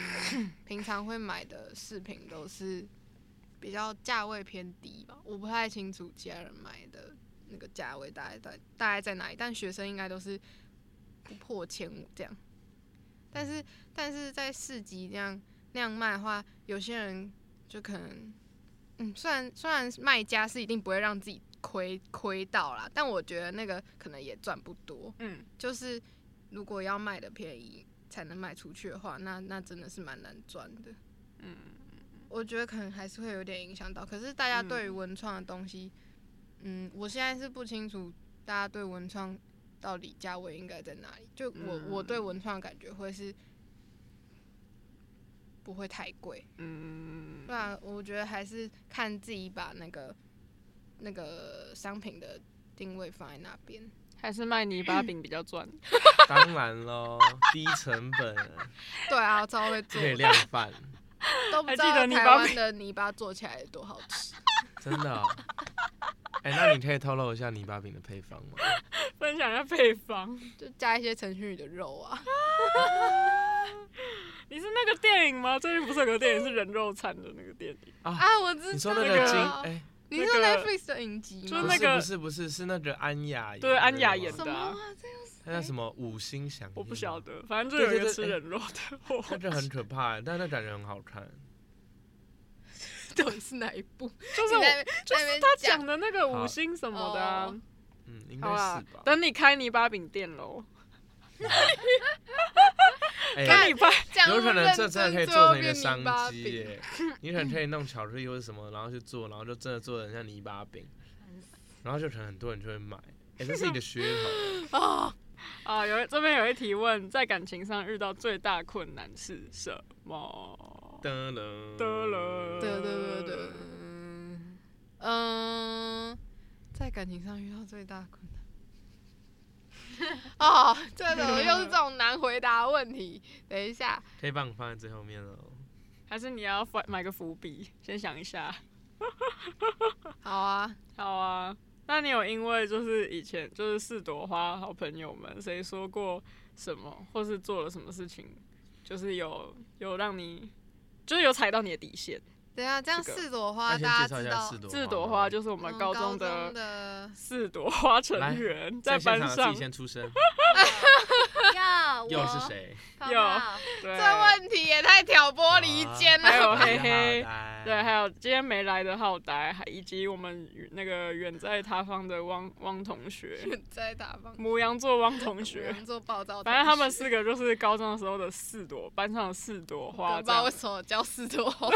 Speaker 4: 平常会买的饰品都是比较价位偏低吧，我不太清楚其他人买的那个价位大概在大概在哪里，但学生应该都是不破千五这样。但是但是在市集那样那样卖的话，有些人就可能，嗯，虽然虽然卖家是一定不会让自己亏亏到啦，但我觉得那个可能也赚不多。
Speaker 2: 嗯，
Speaker 4: 就是如果要卖的便宜才能卖出去的话，那那真的是蛮难赚的。
Speaker 2: 嗯，
Speaker 4: 我觉得可能还是会有点影响到。可是大家
Speaker 2: 嗯
Speaker 4: 对于文创的东西，嗯我现在是不清楚大家对文创到底价位应该在哪里。就我、我对文创的感觉会是不会太贵，
Speaker 2: 嗯，
Speaker 4: 对啊，我觉得还是看自己把那个那个商品的定位放在那边。
Speaker 2: 还是卖泥巴饼比较赚。
Speaker 3: 当然喽，低成 本
Speaker 4: 对啊，我超会
Speaker 3: 就
Speaker 4: 做
Speaker 3: 可
Speaker 4: 的
Speaker 3: 以量贩，
Speaker 4: 都不知
Speaker 2: 还记
Speaker 4: 道
Speaker 2: 得泥
Speaker 4: 台
Speaker 2: 巴
Speaker 4: 湾
Speaker 2: 饼
Speaker 4: 的泥巴做起来有多好吃。
Speaker 3: 真的 哦、哎、那你可以透露一下泥巴饼的配方吗？
Speaker 2: 分享一下配方，
Speaker 4: 就加一些程序里的肉啊，
Speaker 2: 你是那个电影吗？最近不是有个电影是人肉餐的那个电影？
Speaker 4: 啊，我知道。
Speaker 3: 你说那
Speaker 2: 那
Speaker 3: 个
Speaker 2: 个
Speaker 3: 金
Speaker 2: 啊
Speaker 3: 哎、
Speaker 4: 你是说
Speaker 2: 那个
Speaker 4: Netflix 的影集吗？
Speaker 2: 就是那个
Speaker 3: 不是不是不是是那个安雅演的
Speaker 2: 对，安雅演
Speaker 3: 那个吗
Speaker 4: 什
Speaker 2: 的
Speaker 4: 么
Speaker 2: 啊、
Speaker 4: 啊？这又是
Speaker 3: 那叫什么五星响应吗
Speaker 2: 我不晓得，反正就有一
Speaker 3: 对对
Speaker 2: 个
Speaker 3: 对
Speaker 2: 吃人肉的，
Speaker 3: 那个很可怕，但那感觉很好看。
Speaker 4: 到底是哪一部？
Speaker 2: 就
Speaker 4: 你
Speaker 2: 是我
Speaker 4: 在那边在那边
Speaker 2: 他
Speaker 4: 讲
Speaker 2: 讲的那个
Speaker 3: 好
Speaker 2: 五星什么的啊、
Speaker 4: 哦
Speaker 3: 嗯，应该
Speaker 2: 好啦
Speaker 3: 是吧，？
Speaker 2: 等你开泥巴饼店喽，
Speaker 3: 哎
Speaker 2: 等你办
Speaker 4: 讲
Speaker 3: 有可
Speaker 4: 那么
Speaker 3: 能
Speaker 4: 认
Speaker 3: 这真的
Speaker 4: 真
Speaker 3: 可以
Speaker 4: 最后
Speaker 3: 做成一个
Speaker 4: 变泥
Speaker 3: 商
Speaker 4: 巴
Speaker 3: 机
Speaker 4: 饼
Speaker 3: 耶，你可能可以弄巧克力或者什么，然后去做，然后就真的做的像泥巴饼，然后就可能很多人就会买。哎、这是一个噱头，
Speaker 4: 哦，
Speaker 2: 啊！有这边有一提问，在感情上遇到最大困难是什么？
Speaker 3: 得了
Speaker 2: 得了
Speaker 4: 对对对对，嗯，在感情上遇到最大困难。哦，这怎么又是这种难回答的问题？等一下，
Speaker 3: 可以帮我放在最后面哦。
Speaker 2: 还是你要放买个伏笔，先想一下。
Speaker 4: 好啊，
Speaker 2: 好啊，那你有因为就是以前就是四朵花好朋友们，谁说过什么，或是做了什么事情，就是有有让你就是有踩到你的底线？
Speaker 4: 等一下，这样
Speaker 2: 这个
Speaker 4: 四朵
Speaker 3: 那
Speaker 4: 花
Speaker 3: 先
Speaker 4: 大家
Speaker 3: 介绍
Speaker 4: 知
Speaker 3: 一下
Speaker 4: 道
Speaker 3: 四，朵
Speaker 2: 四朵花
Speaker 3: 吗
Speaker 2: 就是我们
Speaker 4: 嗯
Speaker 2: 高中
Speaker 4: 的
Speaker 2: 的四朵花成
Speaker 3: 来
Speaker 2: 员，
Speaker 3: 在现
Speaker 2: 班
Speaker 3: 场自
Speaker 2: 上
Speaker 3: 己，先出声，
Speaker 1: 要
Speaker 3: 又
Speaker 1: 我
Speaker 3: 是？谁？
Speaker 1: 泡
Speaker 2: 又
Speaker 1: 泡
Speaker 2: 对，哎
Speaker 4: 这问题也太挑拨离间
Speaker 2: 还
Speaker 4: 了
Speaker 2: 有
Speaker 4: 吧。
Speaker 2: 嘿嘿
Speaker 3: 好的
Speaker 2: 对，还有今天没来的浩呆，还以及我们与那个远在他方的汪汪 同学，
Speaker 4: 在打 棒，
Speaker 2: 母羊座汪同
Speaker 4: 有
Speaker 2: 学，
Speaker 4: 人做暴躁同学。
Speaker 2: 反正他们四个就是高中的时候的四朵，班上的四朵
Speaker 4: 我
Speaker 2: 花
Speaker 4: 不知
Speaker 2: 这
Speaker 4: 道
Speaker 2: 样
Speaker 4: 为。什么叫四朵 花。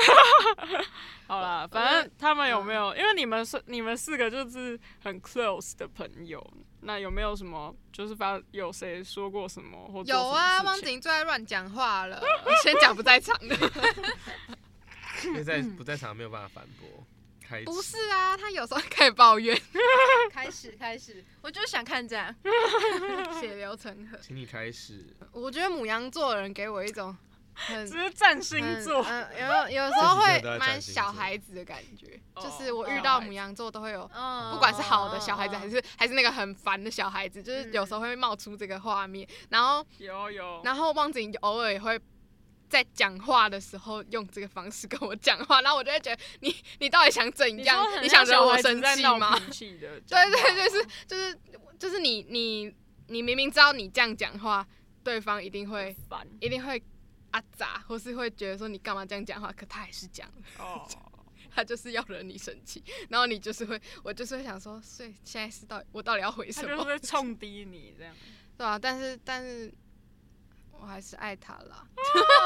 Speaker 2: 好啦，
Speaker 4: 我嗯觉
Speaker 2: 反
Speaker 4: 得
Speaker 2: 正他们有没有？因为你们是你们四个就是很 close 的朋友，那有没有什么就是发有谁说过什么或做
Speaker 4: 有啊，
Speaker 2: 什么
Speaker 4: 汪
Speaker 2: 事情
Speaker 4: 景最爱乱讲话了。 先讲不在场的，
Speaker 3: 因为在不在场没有办法反驳。开
Speaker 4: 不
Speaker 3: 始
Speaker 4: 是啊，他有时候开始抱怨，
Speaker 1: 开始开始， 我就想看这样。
Speaker 4: 血流成 河。
Speaker 3: 请你开始。
Speaker 4: 我觉得母羊座的人给我一种很
Speaker 2: 只是占星座，
Speaker 4: 嗯，嗯有有时候
Speaker 3: 这
Speaker 4: 会
Speaker 3: 几天都在占
Speaker 4: 蛮
Speaker 3: 星座
Speaker 4: 小孩子的感觉，
Speaker 2: 哦
Speaker 4: 就是我遇
Speaker 2: 小
Speaker 4: 到
Speaker 2: 孩
Speaker 4: 母
Speaker 2: 子
Speaker 4: 羊座都会有。
Speaker 1: 嗯，
Speaker 4: 不管是好的小孩子
Speaker 2: 哦
Speaker 4: 还
Speaker 1: 是
Speaker 4: 是还是那个很烦的小孩子，就是有时
Speaker 2: 嗯
Speaker 4: 候会冒出这个画面，然后
Speaker 2: 有有。
Speaker 4: 然后汪子颖偶尔也会在讲话的时候用这个方式跟我讲话，然后我就会觉得你你到底想怎
Speaker 2: 你
Speaker 4: 样
Speaker 2: 说？很
Speaker 4: 你想
Speaker 2: 像
Speaker 4: 惹
Speaker 2: 小
Speaker 4: 我
Speaker 2: 孩子
Speaker 4: 生
Speaker 2: 在
Speaker 4: 气
Speaker 2: 闹
Speaker 4: 吗？
Speaker 2: 脾气 的讲话，
Speaker 4: 对对，就是就是就是你你你明明知道你这样讲话，对方一定会
Speaker 2: 烦
Speaker 4: 一定会啊咋，或是会觉得说你干嘛这样讲话，可他还是讲了，
Speaker 2: 哦。
Speaker 4: 他就是要惹你生气，然后你就是会我就是会想说，所以现在是到底我到底要回
Speaker 2: 他
Speaker 4: 什
Speaker 2: 就是
Speaker 4: 么？
Speaker 2: 会冲低你这样，
Speaker 4: 对啊，但是但是我还是爱他啦。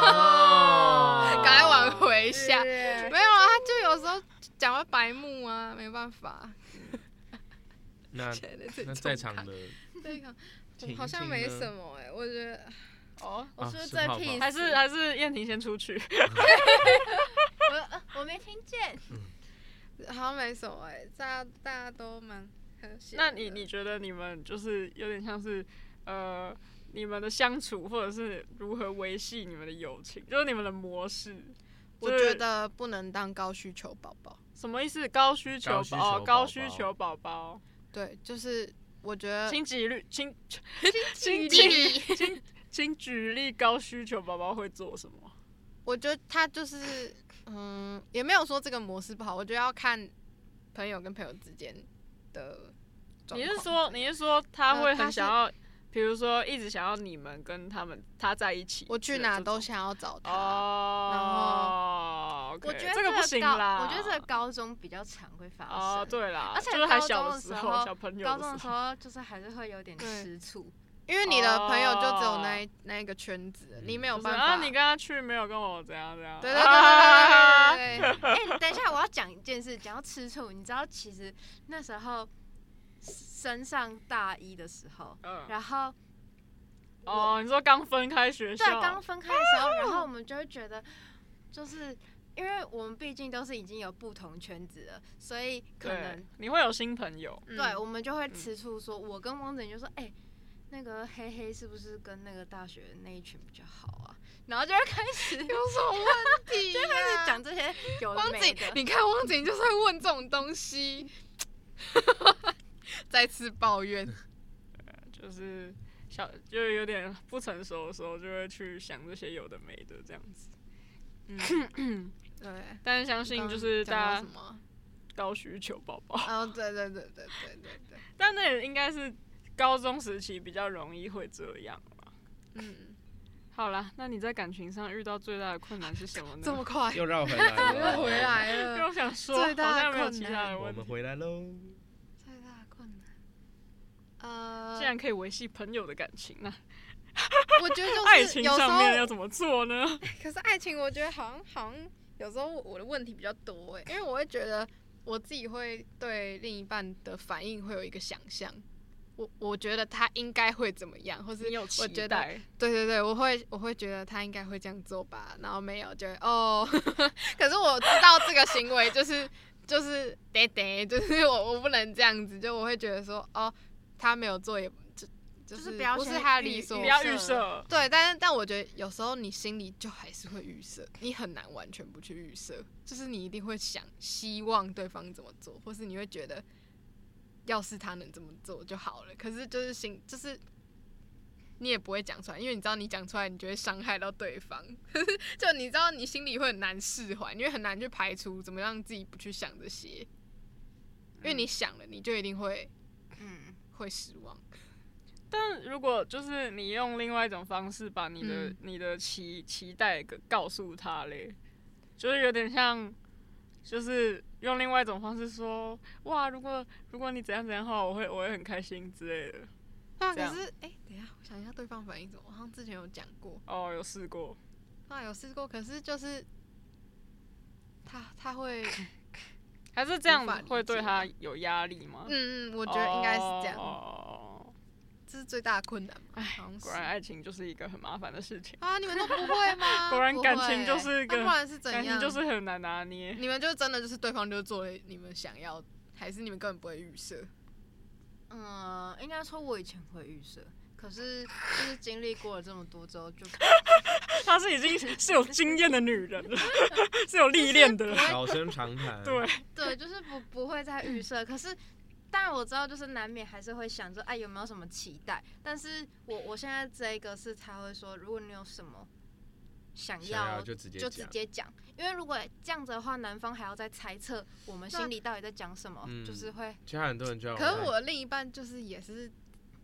Speaker 3: 哦
Speaker 4: 赶快挽回一
Speaker 2: 哦
Speaker 4: 下。
Speaker 1: 对
Speaker 4: 没有啊，他就有时候讲话白目啊，没办法。
Speaker 3: 那
Speaker 4: 觉得这
Speaker 3: 那
Speaker 4: 种
Speaker 3: 在场的
Speaker 4: 对 啊
Speaker 3: 情
Speaker 4: 好像
Speaker 3: 境
Speaker 4: 没
Speaker 3: 呢
Speaker 4: 什么哎、我觉得
Speaker 2: 哦，
Speaker 1: 我
Speaker 3: 啊
Speaker 1: 说
Speaker 3: 是
Speaker 1: 最
Speaker 3: 泡泡
Speaker 1: peace，
Speaker 2: 还是还是燕婷先出去，
Speaker 1: 我呃我没听见。
Speaker 4: 好像没什么哎、大家大家都蛮和谐的。
Speaker 2: 那你你觉得你们就是有点像是呃，你们的相处或者是如何维系你们的友情，就是你们的模式，
Speaker 4: 我
Speaker 2: 就是
Speaker 4: 觉得不能当高需求宝宝。
Speaker 2: 什么意思？高需求
Speaker 3: 高需
Speaker 2: 宝
Speaker 3: 求
Speaker 2: 高
Speaker 3: 宝
Speaker 2: 需
Speaker 3: 宝
Speaker 2: 求宝宝，
Speaker 4: 对，就是我觉得
Speaker 2: 请举例， 请
Speaker 4: 呃举
Speaker 2: 请
Speaker 4: 例
Speaker 2: 请请请举例，高需求宝宝会做什么？
Speaker 4: 我觉得他就是，嗯，也没有说这个模式不好，我觉得要看朋友跟朋友之间的状况。
Speaker 2: 你是说你是说他
Speaker 4: 呃
Speaker 2: 会
Speaker 4: 他
Speaker 2: 很
Speaker 4: 是
Speaker 2: 想要，比如说一直想要你们跟他们他在一起之类的这种，
Speaker 4: 我去哪都想要找他？
Speaker 2: 哦，
Speaker 1: 我觉得
Speaker 2: 这个不行
Speaker 1: 高
Speaker 2: 啦，
Speaker 1: 我觉得这个高中比较常会发生。
Speaker 2: 哦，对啦，
Speaker 1: 啊而且
Speaker 2: 就是还
Speaker 1: 高
Speaker 2: 小
Speaker 1: 中
Speaker 2: 的
Speaker 1: 的
Speaker 2: 时
Speaker 1: 时候
Speaker 2: 小朋友
Speaker 1: 高中的
Speaker 2: 时
Speaker 1: 时，候就是还是会有点
Speaker 4: 对
Speaker 1: 吃醋，
Speaker 4: 因为你的朋友就只有那一、那一个圈子，你没有
Speaker 2: 就是
Speaker 4: 办
Speaker 2: 啊，
Speaker 4: 法。
Speaker 2: 你跟他去没有跟我怎样怎样，
Speaker 4: 对对对
Speaker 2: 啊
Speaker 4: 对对对对对，
Speaker 1: 哎、等一下，我要讲一件事，讲到吃醋，你知道，其实那时候升上大一的时候，
Speaker 2: 嗯，
Speaker 1: 然后
Speaker 2: 哦，你说刚分开学校，
Speaker 1: 对啊刚分开的时候，然后我们就会觉得，就是因为我们毕竟都是已经有不同圈子了，所以可
Speaker 2: 对
Speaker 1: 能
Speaker 2: 你会有新朋友，
Speaker 4: 嗯
Speaker 1: 对，我们就会吃醋说，我跟汪子颖就说，哎、那个黑黑是不是跟那个大学那一群比较好啊？然后就会开始 就
Speaker 4: 有什么问题、呀
Speaker 1: 开始讲这些有的
Speaker 4: 汪
Speaker 1: 没
Speaker 4: 景
Speaker 1: 的，。
Speaker 4: 你看汪景就是会问这种东西，再次抱怨。
Speaker 2: 就是小就是有点不成熟的时候，就会去想这些有的没的这样子。
Speaker 4: 对，
Speaker 2: 但是相信就是
Speaker 4: 刚刚
Speaker 2: 大
Speaker 4: 讲
Speaker 2: 家
Speaker 4: 到什么？
Speaker 2: 高需求宝宝，
Speaker 4: 哦，对对对对对对对，
Speaker 2: 但那也应该是高中时期比较容易会这样吧。
Speaker 4: 嗯，
Speaker 2: 好啦，那你在感情上遇到最大的困难是什么 呢？
Speaker 4: 这么快
Speaker 3: 又绕回来了，
Speaker 4: 又回来
Speaker 2: 因为
Speaker 4: 了，
Speaker 2: 我想说，
Speaker 4: 最大的
Speaker 2: 好像没有
Speaker 4: 困
Speaker 2: 其
Speaker 4: 难
Speaker 2: 他的
Speaker 3: 我
Speaker 2: 问
Speaker 3: 们
Speaker 2: 题。
Speaker 3: 回来喽。
Speaker 4: 最大的困难，嗯
Speaker 1: 呃
Speaker 2: 竟，然可以维系朋友的感情那、
Speaker 4: 我觉得
Speaker 2: 爱
Speaker 4: 就是
Speaker 2: 情
Speaker 4: 有时
Speaker 2: 上面
Speaker 4: 候
Speaker 2: 要怎么做呢？
Speaker 4: 可是爱情，我觉得好像好像有时候我的问题比较多哎、因为我会觉得我自己会对另一半的反应会有一个想象，我我觉得他应该会怎么样，或是
Speaker 2: 你有
Speaker 4: 我
Speaker 2: 期
Speaker 4: 觉得
Speaker 2: 待，
Speaker 4: 对对对，我会我会觉得他应该会这样做吧，然后没有就会哦， 可是我知道这个行为就是就是得得，就是我我不能这样子，就我会觉得说哦，他没有做也就就
Speaker 1: 就是
Speaker 4: 是
Speaker 1: 不要
Speaker 4: 不是
Speaker 1: 先
Speaker 4: 他
Speaker 1: 预
Speaker 4: 理所
Speaker 2: 不
Speaker 1: 预
Speaker 2: 要
Speaker 1: 设
Speaker 2: 预设，
Speaker 4: 对，但是但我觉得有时候你心里就还是会预设，你很难完全不去预设，就是你一定会想希望对方怎么做，或是你会觉得要是他能这么做就好了。可是就是心就是你也不会讲出来，因为你知道你讲出来，你就会伤害到对方。 就你知道你心里会很难释怀，你会很难去排除怎么让自己不去想这些，因
Speaker 2: 嗯
Speaker 4: 为你想了，你就一定会
Speaker 1: 嗯，
Speaker 4: 会失望。
Speaker 2: 但如果就是你用另外一种方式把你的、
Speaker 4: 嗯
Speaker 2: 你的期期待给告诉他嘞，就是有点像，就是用另外一种方式说，哇，如果如果你怎样怎样的话，我会我会很开心之类的。
Speaker 4: 那
Speaker 2: 这
Speaker 4: 可
Speaker 2: 样
Speaker 4: 是哎、等一下，我想一下对方反应怎么，我好像之前有讲过。
Speaker 2: 哦，有试过，
Speaker 4: 啊，有试过，可是就是他他 会，
Speaker 2: 还是这样
Speaker 4: 无法理
Speaker 2: 会对
Speaker 4: 解
Speaker 2: 他有压力吗？
Speaker 4: 嗯嗯，我
Speaker 2: 我
Speaker 4: 觉得应该是这样，
Speaker 2: 哦，哎
Speaker 4: 这是最大的困难吧，好像是
Speaker 2: 果。然爱情就是一个很麻烦的事情，
Speaker 4: 啊，你们都不会吗？
Speaker 2: 果然
Speaker 4: 不
Speaker 2: 感情
Speaker 4: 会
Speaker 2: 就是
Speaker 4: 那
Speaker 2: 个
Speaker 4: 不然是怎
Speaker 2: 感情
Speaker 4: 样？嗯
Speaker 2: 就是很难拿捏。
Speaker 4: 你们就真的就是对方就做了你们想要，还是你们根本不会预设？
Speaker 1: 嗯，应该说我以前会预设，可是就是经历过了这么多之 后，就
Speaker 2: 她是已经是有经验的女人了，是有历练的了。
Speaker 3: 老生常 谈。
Speaker 2: 对，
Speaker 1: 对，就是不不会再预设。可是，但我知道，就是难免还是会想着，哎，有没有什么期待？但是我我现在这一个是，他会说，如果你有什么想
Speaker 3: 想
Speaker 1: 要
Speaker 3: 要，就直接
Speaker 1: 就直
Speaker 3: 讲。
Speaker 1: 接讲，因为如果这样子的话，男方还要再猜测我们心里到底在讲什么，
Speaker 3: 嗯
Speaker 1: 就是会
Speaker 3: 其实很多人就要
Speaker 4: 可是
Speaker 3: 看
Speaker 4: 我另一半就是也是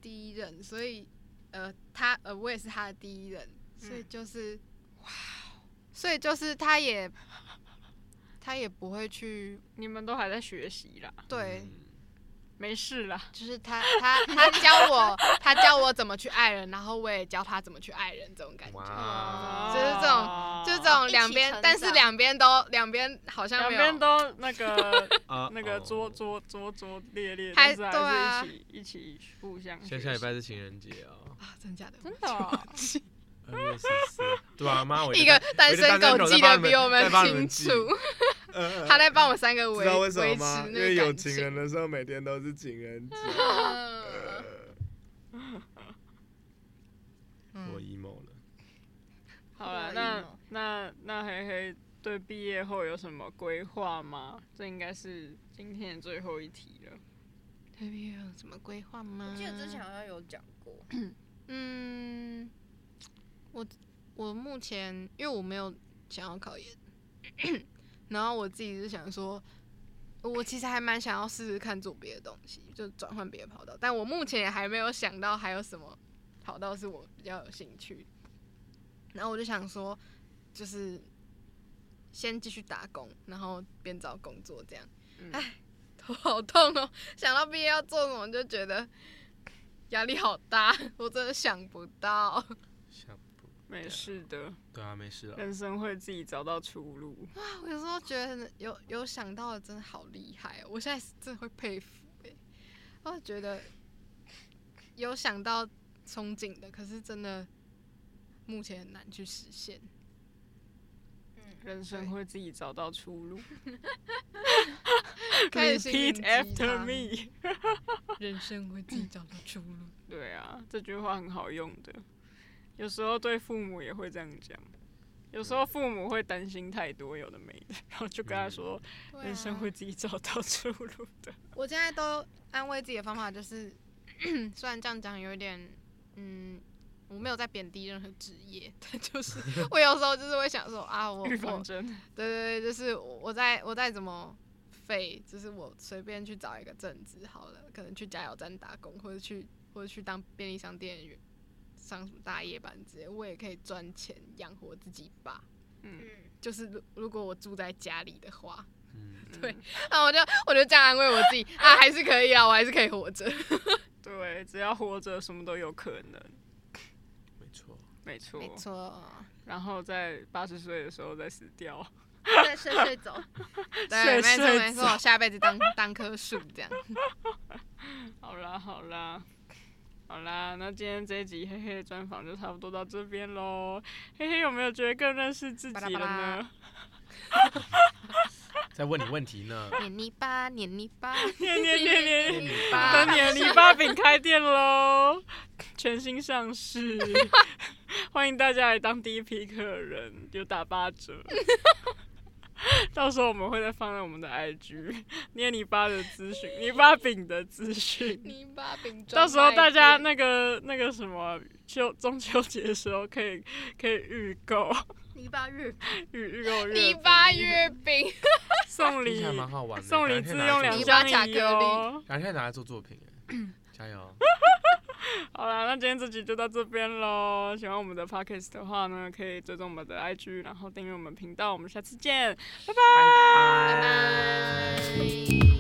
Speaker 4: 第一任，所以呃，他呃，我也是他的第一任，所以
Speaker 1: 嗯
Speaker 4: 就是、哇哦，所以就是他也他也不会去
Speaker 2: 你们都还在学习啦，
Speaker 4: 对。
Speaker 3: 嗯
Speaker 2: 没事啦。
Speaker 4: 就是他他他教我，他教我怎么去爱人，然后我也教他怎么去爱人，这种感觉，
Speaker 1: 啊
Speaker 4: 就
Speaker 3: 哇，
Speaker 4: 是这
Speaker 2: 哦
Speaker 4: 种就是这种
Speaker 1: 一起
Speaker 4: 两边
Speaker 1: 成，
Speaker 4: 但是
Speaker 1: 长
Speaker 4: 两边都两边好像
Speaker 2: 两
Speaker 4: 没
Speaker 2: 边
Speaker 4: 有，
Speaker 2: 都那个
Speaker 3: 啊
Speaker 2: 那个
Speaker 3: 桌
Speaker 2: 拙拙
Speaker 3: 桌。
Speaker 2: 拙拙劣劣，
Speaker 4: 还
Speaker 2: 但是
Speaker 4: 对啊
Speaker 2: 还是一起一起互相学
Speaker 3: 下
Speaker 2: 习。
Speaker 3: 下礼拜是情人节哦，
Speaker 4: 啊真的假的？
Speaker 2: 真的哦
Speaker 3: 二月十四。对 啊，妈，我
Speaker 4: 一个单身狗记得比我
Speaker 3: 再帮你
Speaker 4: 清楚，
Speaker 3: 们 呃
Speaker 4: 他在帮我三个维
Speaker 3: 知道为什么
Speaker 4: 维持
Speaker 3: 吗？
Speaker 4: 那
Speaker 3: 因
Speaker 4: 个
Speaker 3: 为有
Speaker 4: 感
Speaker 3: 情
Speaker 4: 情。
Speaker 3: 人的时候，每天都是情人节。
Speaker 4: 嗯
Speaker 3: 我
Speaker 4: 嗯
Speaker 3: emo 了，
Speaker 2: 好了，
Speaker 1: 不要 emo
Speaker 4: 啊
Speaker 2: 那那那黑黑对毕业后有什么规划吗？这应该是今天的最后一题了。
Speaker 4: 对毕业有什么规划
Speaker 2: 嗯
Speaker 4: 吗？
Speaker 1: 记得之前好像有讲过，
Speaker 4: 嗯，我我目前因为我没有想要考研，然后我自己是想说，我其实还蛮想要试试看做别的东西，就转换别的跑道，但我目前也还没有想到还有什么跑道是我比较有兴趣。然后我就想说，就是先继续打工，然后边找工作这样。
Speaker 2: 嗯
Speaker 4: 哎、 头好痛哦！想到毕业要做什么，就觉得压力好大， 我真的想不到。
Speaker 3: 想不
Speaker 2: 没事的，
Speaker 3: 对啊，没事了。
Speaker 2: 人生会自己找到出路。
Speaker 4: 我有时候觉得有有想到的真的好厉害、哦，我现在是真的会佩服哎、我觉得有想到憧憬的，可是真的目前很难去实 现。
Speaker 1: 嗯
Speaker 2: 人生
Speaker 4: 对
Speaker 2: 会自己找到出 路。
Speaker 4: 开始心灵
Speaker 2: Repeat
Speaker 4: 鸡
Speaker 2: after
Speaker 4: 汤
Speaker 2: me。
Speaker 4: 人生会自己找到出路。
Speaker 2: 对啊，这句话很好用的。有时候对父母也会这样讲，有时候父母会担心太多有的没的，然后就跟他说，
Speaker 4: 对啊
Speaker 2: 人生会自己找到出路的。
Speaker 4: 我现在都安慰自己的方法就是， 虽然这样讲有一点，嗯，我没有在贬低任何职业， 但就是我有时候就是会想说啊，我
Speaker 2: 预
Speaker 4: 我
Speaker 2: 防针，
Speaker 4: 对对对，就是我我再我再怎么废，就是我随便去找一个正职好了，可能去加油站打工，或者去或者去当便利商店员，上什么大夜班之类，我也可以赚钱养活自己吧。
Speaker 2: 嗯，
Speaker 1: 嗯，
Speaker 4: 就是如如果我住在家里的话，
Speaker 3: 嗯，
Speaker 4: 啊，我就我就这样安慰我自己啊，还是可以啊，我还是可以活着。
Speaker 2: 对，只要活着，什么都有可能。
Speaker 3: 没错，
Speaker 2: 没 错，
Speaker 4: 错，
Speaker 2: 然后在八十岁的时候再死掉，
Speaker 1: 睡睡睡走，
Speaker 4: 对，没
Speaker 2: 睡
Speaker 4: 错
Speaker 2: 睡
Speaker 4: 没错，
Speaker 2: 着
Speaker 4: 我下辈子当 当棵树这 样。
Speaker 2: 好啦，好啦，好啦，那今天这一集嘿嘿的专访就差不多到这边喽。嘿嘿，有没有觉得更认识自己了
Speaker 4: 巴拉巴
Speaker 2: 呢？
Speaker 3: 在问你问题呢，
Speaker 4: 碾泥巴，碾泥 巴，
Speaker 2: 念念念念，
Speaker 3: 你
Speaker 4: 巴
Speaker 2: 等你的泥巴饼开店喽，全新 上市，欢迎大家来当第一批客人，有打八折。到时候我们会再放在我们的 IG 捏泥巴的资讯，泥巴饼的资讯。
Speaker 4: 泥巴饼。
Speaker 2: 到时候大家那个那个什么秋中秋节的时候可以可以预购
Speaker 1: 泥巴日
Speaker 2: 预预购月
Speaker 4: 泥
Speaker 2: 饼
Speaker 4: 巴月饼，
Speaker 2: 送
Speaker 3: 听
Speaker 2: 礼
Speaker 3: 起来蛮好玩 的，
Speaker 2: 送礼
Speaker 3: 改
Speaker 2: 自
Speaker 3: 天拿来
Speaker 2: 用两
Speaker 3: 做
Speaker 4: 泥
Speaker 2: 相
Speaker 4: 巴巧
Speaker 2: 宜
Speaker 4: 克
Speaker 2: 哦。
Speaker 3: 改天拿来做作品哎， 加油！
Speaker 2: 好啦，那今天这集就到这边喽。喜欢我们的 podcast 的话呢，可以追踪我们的 IG，然后订阅我们频道。我们下次见，拜
Speaker 4: 拜
Speaker 2: 拜。
Speaker 4: 拜。